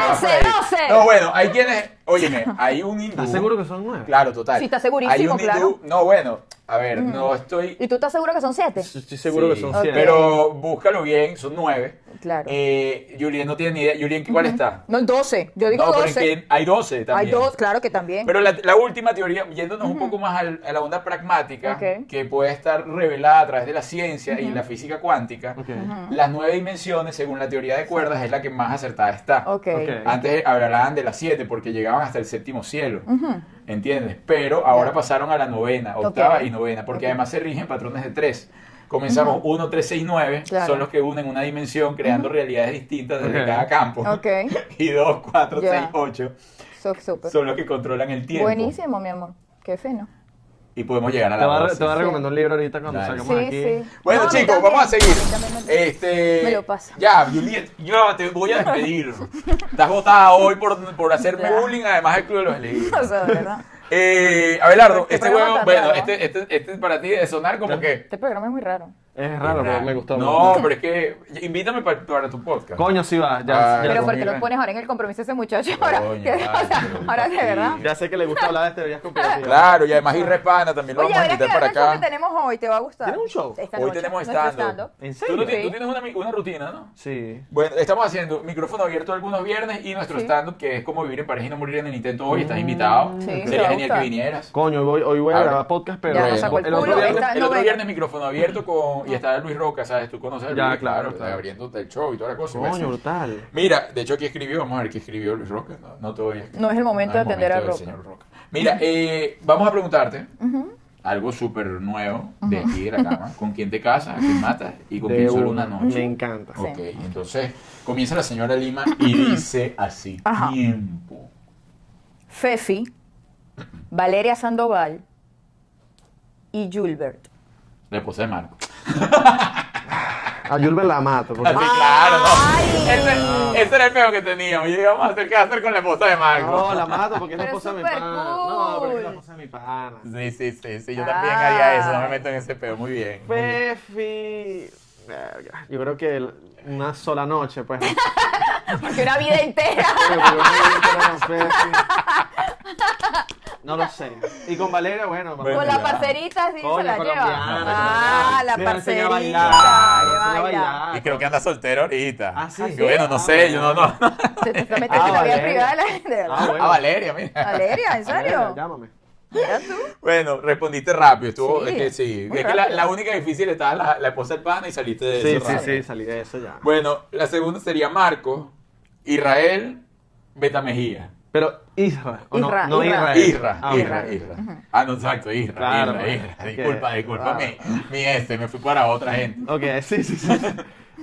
Speaker 3: ¡Doce, doce!
Speaker 2: Ah, pues No, bueno, hay quienes. Óyeme, hay un hindú.
Speaker 4: ¿Estás seguro que son nueve?
Speaker 2: Claro, total.
Speaker 3: Sí, está segurísimo,
Speaker 2: Hay un hindú. No, bueno, a ver,
Speaker 3: Mm.
Speaker 2: no estoy.
Speaker 3: ¿Y tú estás seguro que son siete?
Speaker 2: Estoy
Speaker 4: seguro que son siete.
Speaker 2: Pero búscalo bien, son nueve.
Speaker 3: Claro.
Speaker 2: Eh, Julien no tiene ni idea. Julien, ¿cuál está?
Speaker 3: No, 12. Yo digo
Speaker 2: no, pero es
Speaker 3: 12.
Speaker 2: que hay 12 también.
Speaker 3: Hay dos, claro que también.
Speaker 2: Pero la, la última teoría, yéndonos un poco más al- a la onda pragmática,
Speaker 3: Ok.
Speaker 2: que puede estar revelada a través de la ciencia y la física cuántica,
Speaker 3: Ujú.
Speaker 2: las nueve dimensiones, según la teoría de cuerdas, es la que más acertada está.
Speaker 3: Ok. Ok.
Speaker 2: Antes hablaban de las siete porque llegaban hasta el séptimo cielo,
Speaker 3: Ujú.
Speaker 2: ¿entiendes? Pero ahora pasaron a la novena, octava
Speaker 3: Ok.
Speaker 2: y novena, porque además se rigen patrones de tres. Comenzamos 1, 3, 6, 9,
Speaker 3: Claro.
Speaker 2: son los que unen una dimensión creando realidades distintas desde
Speaker 4: Ok.
Speaker 2: cada campo.
Speaker 3: Ok.
Speaker 2: Y 2, 4,
Speaker 3: Ya.
Speaker 2: 6, 8
Speaker 3: So- súper.
Speaker 2: son los que controlan el tiempo.
Speaker 3: Buenísimo, mi amor. Qué fino.
Speaker 2: Y podemos llegar a
Speaker 4: Te
Speaker 2: la
Speaker 4: voy a, re-
Speaker 2: 12.
Speaker 4: te voy a recomendar un libro ahorita cuando
Speaker 2: Dale.
Speaker 4: salgamos
Speaker 3: Sí,
Speaker 4: aquí.
Speaker 3: sí.
Speaker 2: Bueno,
Speaker 3: No, a mí
Speaker 2: chicos,
Speaker 3: también.
Speaker 2: vamos a seguir.
Speaker 3: me-
Speaker 2: Este,
Speaker 3: me lo pasa.
Speaker 2: Ya, Juliet, yo te voy a despedir. Estás votada hoy por, por hacerme
Speaker 3: Ya.
Speaker 2: bullying, además del Club de los Elegidos.
Speaker 3: O sea, de verdad.
Speaker 2: Eh, Abelardo,
Speaker 3: Qué
Speaker 2: este
Speaker 3: programa
Speaker 2: huevo,
Speaker 3: tan
Speaker 2: bueno,
Speaker 3: raro,
Speaker 2: este, este, este para ti de sonar como que...
Speaker 3: Este programa es muy raro.
Speaker 4: Es raro, pero me gustó.
Speaker 2: No, pero es que invítame para, para tu podcast.
Speaker 4: Coño, sí va. Ya,
Speaker 2: Ah,
Speaker 4: ya,
Speaker 3: Pero
Speaker 2: Coño,
Speaker 3: ¿por qué lo
Speaker 2: mira.
Speaker 3: pones ahora en el compromiso ese muchacho? Ahora,
Speaker 2: Coño,
Speaker 3: que, o sea,
Speaker 2: vale,
Speaker 3: ahora de verdad.
Speaker 4: ya sé que le gusta hablar de teorías comparativas.
Speaker 2: Claro, y además Irrepana también lo
Speaker 3: Oye,
Speaker 2: vamos a
Speaker 3: verás que
Speaker 2: invitar para
Speaker 3: el show que
Speaker 2: acá.
Speaker 3: tenemos hoy, te va a gustar.
Speaker 4: ¿Tiene un show?
Speaker 3: Esta
Speaker 2: Hoy
Speaker 3: noche,
Speaker 2: tenemos
Speaker 3: nuestro
Speaker 2: estando.
Speaker 4: ¿En
Speaker 2: Tú, no
Speaker 4: serio?
Speaker 2: tienes- tú
Speaker 3: Sí.
Speaker 2: tienes una, una rutina, ¿no?
Speaker 4: Sí.
Speaker 2: Bueno, estamos haciendo micrófono abierto algunos viernes y nuestro stand-up, que es como vivir en pareja y no morir en el intento hoy. Estás invitado.
Speaker 3: Mm, Sí, te va
Speaker 2: Sería
Speaker 3: a
Speaker 2: genial
Speaker 3: gustar.
Speaker 2: que vinieras.
Speaker 4: Coño, hoy voy, hoy voy a
Speaker 2: Abre.
Speaker 4: grabar podcast, pero
Speaker 3: Ya,
Speaker 2: Bueno,
Speaker 3: nos sacó el
Speaker 2: el, otro
Speaker 3: culo,
Speaker 2: viernes,
Speaker 3: esta
Speaker 2: el otro
Speaker 3: novela.
Speaker 2: viernes micrófono abierto
Speaker 3: Mm.
Speaker 2: con, y estará Luis Roca, ¿sabes? Tú conoces a Luis,
Speaker 4: Ya, claro, claro.
Speaker 2: abriéndote el show y toda la cosa.
Speaker 4: Coño,
Speaker 2: Pues,
Speaker 4: brutal.
Speaker 2: Mira, de hecho aquí escribió, vamos a ver qué escribió Luis Roca. No, no te voy a
Speaker 3: No es el momento
Speaker 2: no
Speaker 3: de atender
Speaker 2: momento
Speaker 3: a
Speaker 2: del
Speaker 3: Roca.
Speaker 2: señor Roca. Mira, eh, vamos a preguntarte algo súper nuevo de aquí de la cama. ¿Con quién te casas? ¿A quién matas? ¿Y con quién solo una
Speaker 4: una.
Speaker 2: noche?
Speaker 4: Me encanta.
Speaker 2: Ok, entonces comienza la señora Lima y dice así,
Speaker 3: Ajá.
Speaker 2: tiempo.
Speaker 3: Fefi, Valeria Sandoval y Julbert.
Speaker 2: La esposa de Marco.
Speaker 4: A Julber la mato. porque-
Speaker 2: Así, claro, no. Ese, ese era el feo que teníamos. Y íbamos a hacer qué hacer con la esposa de Marco.
Speaker 4: No, la mato porque es la
Speaker 3: Pero
Speaker 4: esposa de mi
Speaker 3: súper
Speaker 4: pana. No, porque es la
Speaker 3: cool.
Speaker 4: esposa de mi pana.
Speaker 2: Sí, sí, sí, sí, yo también haría eso, no me meto en ese peo, muy bien.
Speaker 4: Pues, Pefi. Verga, Yo creo que el- una sola noche, pues. no sé,
Speaker 3: Porque una vida entera.
Speaker 4: porque yo no creo que era con Pefi. No lo sé. Y con Valeria, bueno,
Speaker 2: Bueno,
Speaker 3: Con
Speaker 2: ya.
Speaker 3: la parcerita sí se
Speaker 4: Coño,
Speaker 3: la lleva.
Speaker 4: colombiana,
Speaker 3: Ah, la
Speaker 4: le enseñó a
Speaker 3: parcerita.
Speaker 4: bailar, le enseñó a
Speaker 3: que baila.
Speaker 4: bailar.
Speaker 2: Y creo que anda soltero ahorita.
Speaker 4: Ah, sí.
Speaker 2: Que bueno, no sé, yo no, no.
Speaker 3: Se te está metiendo en la vida
Speaker 4: Valeria.
Speaker 3: privada de la gente, ¿verdad?
Speaker 4: Ah, bueno.
Speaker 2: Ah, Valeria, mira.
Speaker 3: Valeria, ¿en
Speaker 4: Valeria,
Speaker 3: serio?
Speaker 4: Llámame.
Speaker 3: Mira tú.
Speaker 2: Bueno, respondiste rápido, estuvo,
Speaker 3: Sí,
Speaker 2: es que sí.
Speaker 3: muy
Speaker 2: Es que la,
Speaker 3: rápido.
Speaker 2: la única difícil estaba la, la esposa del pana y saliste de
Speaker 4: Sí,
Speaker 2: eso
Speaker 4: sí,
Speaker 2: rápido.
Speaker 4: sí, salí de eso ya.
Speaker 2: Bueno, la segunda sería Marco, Israel, Beta Mejía.
Speaker 4: Pero Isra, ¿o
Speaker 3: Isra,
Speaker 4: no, no
Speaker 3: Isra.
Speaker 4: Israel.
Speaker 2: Isra,
Speaker 4: Ah,
Speaker 2: Isra,
Speaker 4: ok.
Speaker 2: Isra. Ah, no, exacto, Isra,
Speaker 4: Claro,
Speaker 2: Isra,
Speaker 4: pues,
Speaker 2: Isra.
Speaker 4: es que-
Speaker 2: Disculpa, disculpa,
Speaker 4: claro.
Speaker 2: mi, mi este, me fui para otra gente.
Speaker 4: Ok, sí, sí, sí.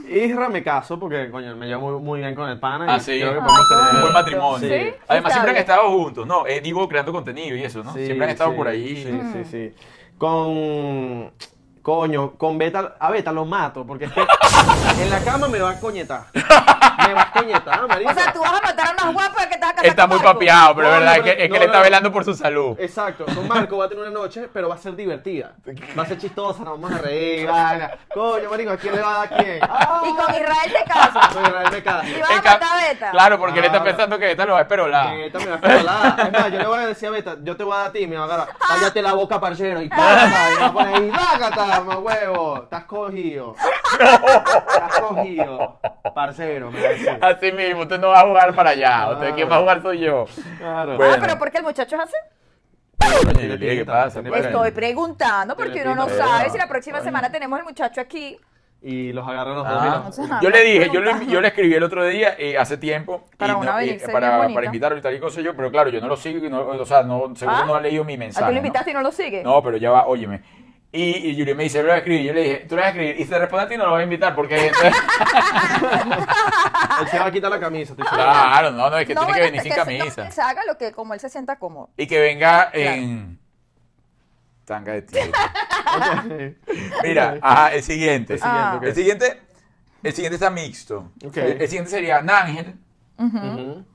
Speaker 4: Isra me caso porque, coño, me llevo muy, muy bien con el pana. y
Speaker 2: Ah, sí,
Speaker 4: Creo que
Speaker 2: Ay,
Speaker 4: podemos
Speaker 3: qué
Speaker 4: tener
Speaker 2: un buen
Speaker 3: bonito.
Speaker 2: matrimonio.
Speaker 4: Sí. Sí,
Speaker 2: Además,
Speaker 3: está
Speaker 2: siempre han
Speaker 3: bien.
Speaker 2: estado juntos, ¿no? Eh, digo, creando contenido y eso, ¿no?
Speaker 4: Sí,
Speaker 2: siempre han estado
Speaker 4: sí,
Speaker 2: por ahí.
Speaker 4: Sí, sí,
Speaker 3: Mm.
Speaker 4: sí. Con. Coño, con Beta. A Beta lo mato, porque es que. en la cama me va a coñetar. Me va a coñetar, marico.
Speaker 3: O sea, tú vas a matar a unas guapas que estás casando.
Speaker 2: Está muy papeado, pero es
Speaker 4: No,
Speaker 2: verdad
Speaker 4: no,
Speaker 2: que, es que
Speaker 4: no,
Speaker 2: le
Speaker 4: no,
Speaker 2: está
Speaker 4: no.
Speaker 2: velando por su salud.
Speaker 4: Exacto, con Marco va a tener una noche, pero va a ser divertida. Va a ser chistosa, nos vamos a reír, vaina. Coño, marico, ¿a quién le va a dar a quién? ¡Ah!
Speaker 3: Y con Israel te casas.
Speaker 4: Con Israel me caso.
Speaker 3: Y vas a
Speaker 2: En ca-
Speaker 3: matar a Beta.
Speaker 2: Claro, porque él está
Speaker 4: Claro.
Speaker 2: pensando que Beta lo va a esperolar.
Speaker 4: Beta Eh, me va a controlar. Es más, yo le voy a decir a Beta, yo te voy a dar a ti, me va a agarrar. Cállate la boca, parcero, y págata, y me va a poner ahí, págata, mamá huevo, estás cogido. Estás cogido, parcero, me va a decir.
Speaker 2: Así mismo, usted no va a jugar para allá. Usted quien va a jugar soy yo.
Speaker 4: Claro.
Speaker 2: Bueno.
Speaker 3: Ah, pero ¿por qué el muchacho es así?
Speaker 2: Coño, Yuli, ¿qué pasa?
Speaker 4: Bueno.
Speaker 3: Estoy preguntando porque uno no
Speaker 2: pinta de
Speaker 3: sabe
Speaker 2: verdad.
Speaker 3: si la próxima semana tenemos el muchacho aquí.
Speaker 4: Y los agarra los dos. y
Speaker 2: Ah,
Speaker 4: los-
Speaker 3: Entonces,
Speaker 2: yo le
Speaker 3: ajá,
Speaker 2: dije, yo le,
Speaker 3: preguntando.
Speaker 2: yo le escribí el otro día, eh, hace tiempo, y
Speaker 3: Para
Speaker 2: no-
Speaker 3: una
Speaker 2: y
Speaker 3: venirse bien
Speaker 2: para,
Speaker 3: bonita.
Speaker 2: para invitarlo y tal y cosa yo, pero claro, yo no lo sigo, y no- o sea, no, seguro
Speaker 3: ¿Ah?
Speaker 2: no ha leído mi
Speaker 3: ¿A tú
Speaker 2: mensaje.
Speaker 3: lo
Speaker 2: ¿no?
Speaker 3: invitaste y no lo sigue?
Speaker 2: No, pero ya va, óyeme. Y, y Yuri me dice, lo voy a escribir. Yo le dije, tú lo vas a escribir. Y se responde a ti, no lo voy a invitar porque.
Speaker 4: Él se va a quitar la camisa, estoy seguro.
Speaker 2: claro, no, no, es que
Speaker 3: No,
Speaker 2: tiene que
Speaker 3: bueno,
Speaker 2: venir sin
Speaker 3: que se- no,
Speaker 2: camisa.
Speaker 3: que se haga lo que como él se sienta cómodo.
Speaker 2: Y que venga en. Tanga de tiro. Mira, ajá, el siguiente.
Speaker 3: Ah.
Speaker 2: El siguiente. El siguiente está mixto.
Speaker 4: Ok.
Speaker 2: El, el siguiente sería Nángel.
Speaker 4: Ujú.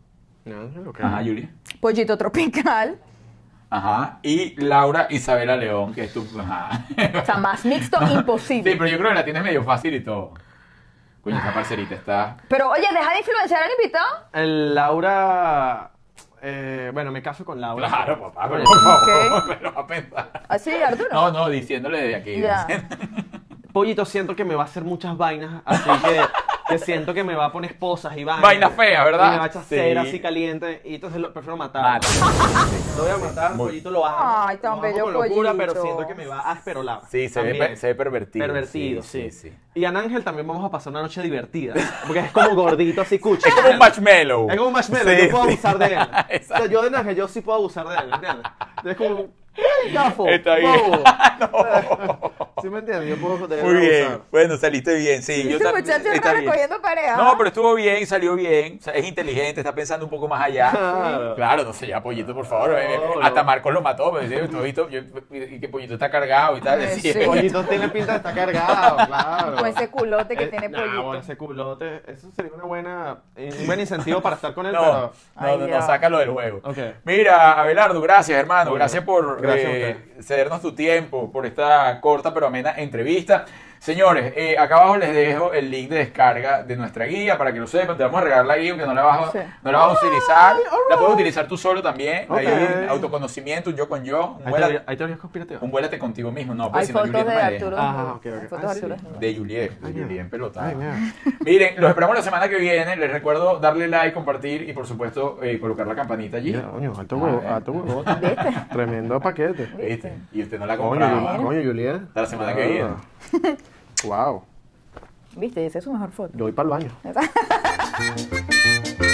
Speaker 4: Ángel, ok.
Speaker 2: Ajá, Yuri.
Speaker 3: Pollito tropical.
Speaker 2: Ajá. Y Laura Isabela León, que es tu. Ajá.
Speaker 3: O sea, más mixto
Speaker 2: Sí,
Speaker 3: imposible.
Speaker 2: pero yo creo que la tienes medio fácil y todo. Coño, esa parcerita está.
Speaker 3: Pero oye, deja de influenciar al invitado.
Speaker 4: El Laura. eh, bueno, me caso con Laura.
Speaker 2: Claro, papá,
Speaker 4: Oye,
Speaker 2: por favor, pero a pensar.
Speaker 3: Así, Ah, Arturo.
Speaker 2: No, no, diciéndole de aquí.
Speaker 3: Ya.
Speaker 4: Pollito, siento que me va a hacer muchas vainas, así que, que siento que me va a poner esposas y vainas.
Speaker 2: Vainas feas, ¿verdad?
Speaker 4: Y me va a echar cera
Speaker 2: Sí.
Speaker 4: así caliente, y entonces lo prefiero matar. Lo voy a matar, Pollito lo amo.
Speaker 3: Ay, tan
Speaker 4: lo amo
Speaker 3: bello
Speaker 4: con locura,
Speaker 3: Pollito.
Speaker 4: pero siento que me va a esperolar.
Speaker 2: Sí, se ve,
Speaker 4: También.
Speaker 2: per- se ve pervertido.
Speaker 4: Pervertido,
Speaker 2: sí. sí.
Speaker 4: Y An Ángel también vamos a pasar una noche divertida. Porque es como gordito, así cucho.
Speaker 2: Es como un marshmallow.
Speaker 4: Es como un marshmallow,
Speaker 2: Sí,
Speaker 4: yo puedo
Speaker 2: sí.
Speaker 4: abusar de él. O sea, yo de Ángel, yo sí puedo abusar de él, ¿entiendes? Es como. ¡Ey, gafo!
Speaker 2: Está bien.
Speaker 4: bobo! ¿Sí me entiendes? Yo puedo de él
Speaker 2: Muy bien.
Speaker 4: abusar.
Speaker 2: Bueno, saliste bien, sí. yo
Speaker 3: Este
Speaker 2: tam-
Speaker 3: muchacho
Speaker 2: está
Speaker 3: está
Speaker 2: bien.
Speaker 3: recogiendo pareja.
Speaker 2: No, pero estuvo bien, salió bien. O sea, es inteligente, está pensando un poco más allá.
Speaker 4: Claro.
Speaker 2: Claro, no sé, ya Pollito, por favor. eh, eh,
Speaker 4: no.
Speaker 2: Hasta Marcos lo mató, pero sí, tú viste, yo- y que Pollito está cargado y tal.
Speaker 3: Eh,
Speaker 2: sí.
Speaker 3: sí.
Speaker 4: Pollito tiene pinta de estar cargado, claro.
Speaker 3: ¿ah? Con ese culote que
Speaker 4: Eh,
Speaker 3: tiene
Speaker 4: nah,
Speaker 3: pollito.
Speaker 4: bueno, ese culote, eso sería una buena, eh, un buen incentivo para estar con él,
Speaker 2: No, no,
Speaker 3: Ay,
Speaker 2: no, no,
Speaker 3: ya.
Speaker 2: sácalo del juego.
Speaker 4: pero... Ok.
Speaker 2: Mira, Abelardo, gracias hermano,
Speaker 4: Bueno,
Speaker 2: gracias por
Speaker 4: gracias a
Speaker 2: eh, cedernos tu tiempo, por esta corta pero amena entrevista. Señores, eh, acá abajo les dejo el link de descarga de nuestra guía para que lo sepan. Te vamos a regalar la guía, aunque no la vas, a-
Speaker 3: Sí.
Speaker 2: no la vas a utilizar. La puedes utilizar tú solo también.
Speaker 4: Ok.
Speaker 2: Ahí hay un autoconocimiento, un yo con yo. Un,
Speaker 4: Hay
Speaker 2: vuela-
Speaker 4: teoría- hay teorías conspirativas.
Speaker 2: un vuélate contigo mismo. No, pues
Speaker 3: Hay
Speaker 2: si no,
Speaker 3: fotos
Speaker 2: Juliet no
Speaker 3: de
Speaker 2: me deja.
Speaker 3: Arturo.
Speaker 4: Ah, ok, ok.
Speaker 3: Hay fotos
Speaker 4: Ah,
Speaker 3: de
Speaker 4: sí.
Speaker 3: Arturo.
Speaker 2: De Juliet, de Juliet pelotada.
Speaker 4: Ay, mira.
Speaker 2: Miren, los esperamos la semana que viene. Les recuerdo darle like, compartir y por supuesto eh, colocar la campanita allí.
Speaker 4: Mira, coño, alto huevo, alto huevo. Tremendo paquete.
Speaker 2: ¿Viste? Y usted no la
Speaker 4: Coño,
Speaker 2: compraba.
Speaker 4: Juli- coño, Juliet.
Speaker 2: Hasta la semana que viene.
Speaker 4: Wow.
Speaker 3: Viste, esa es su mejor foto.
Speaker 4: Yo voy para el baño.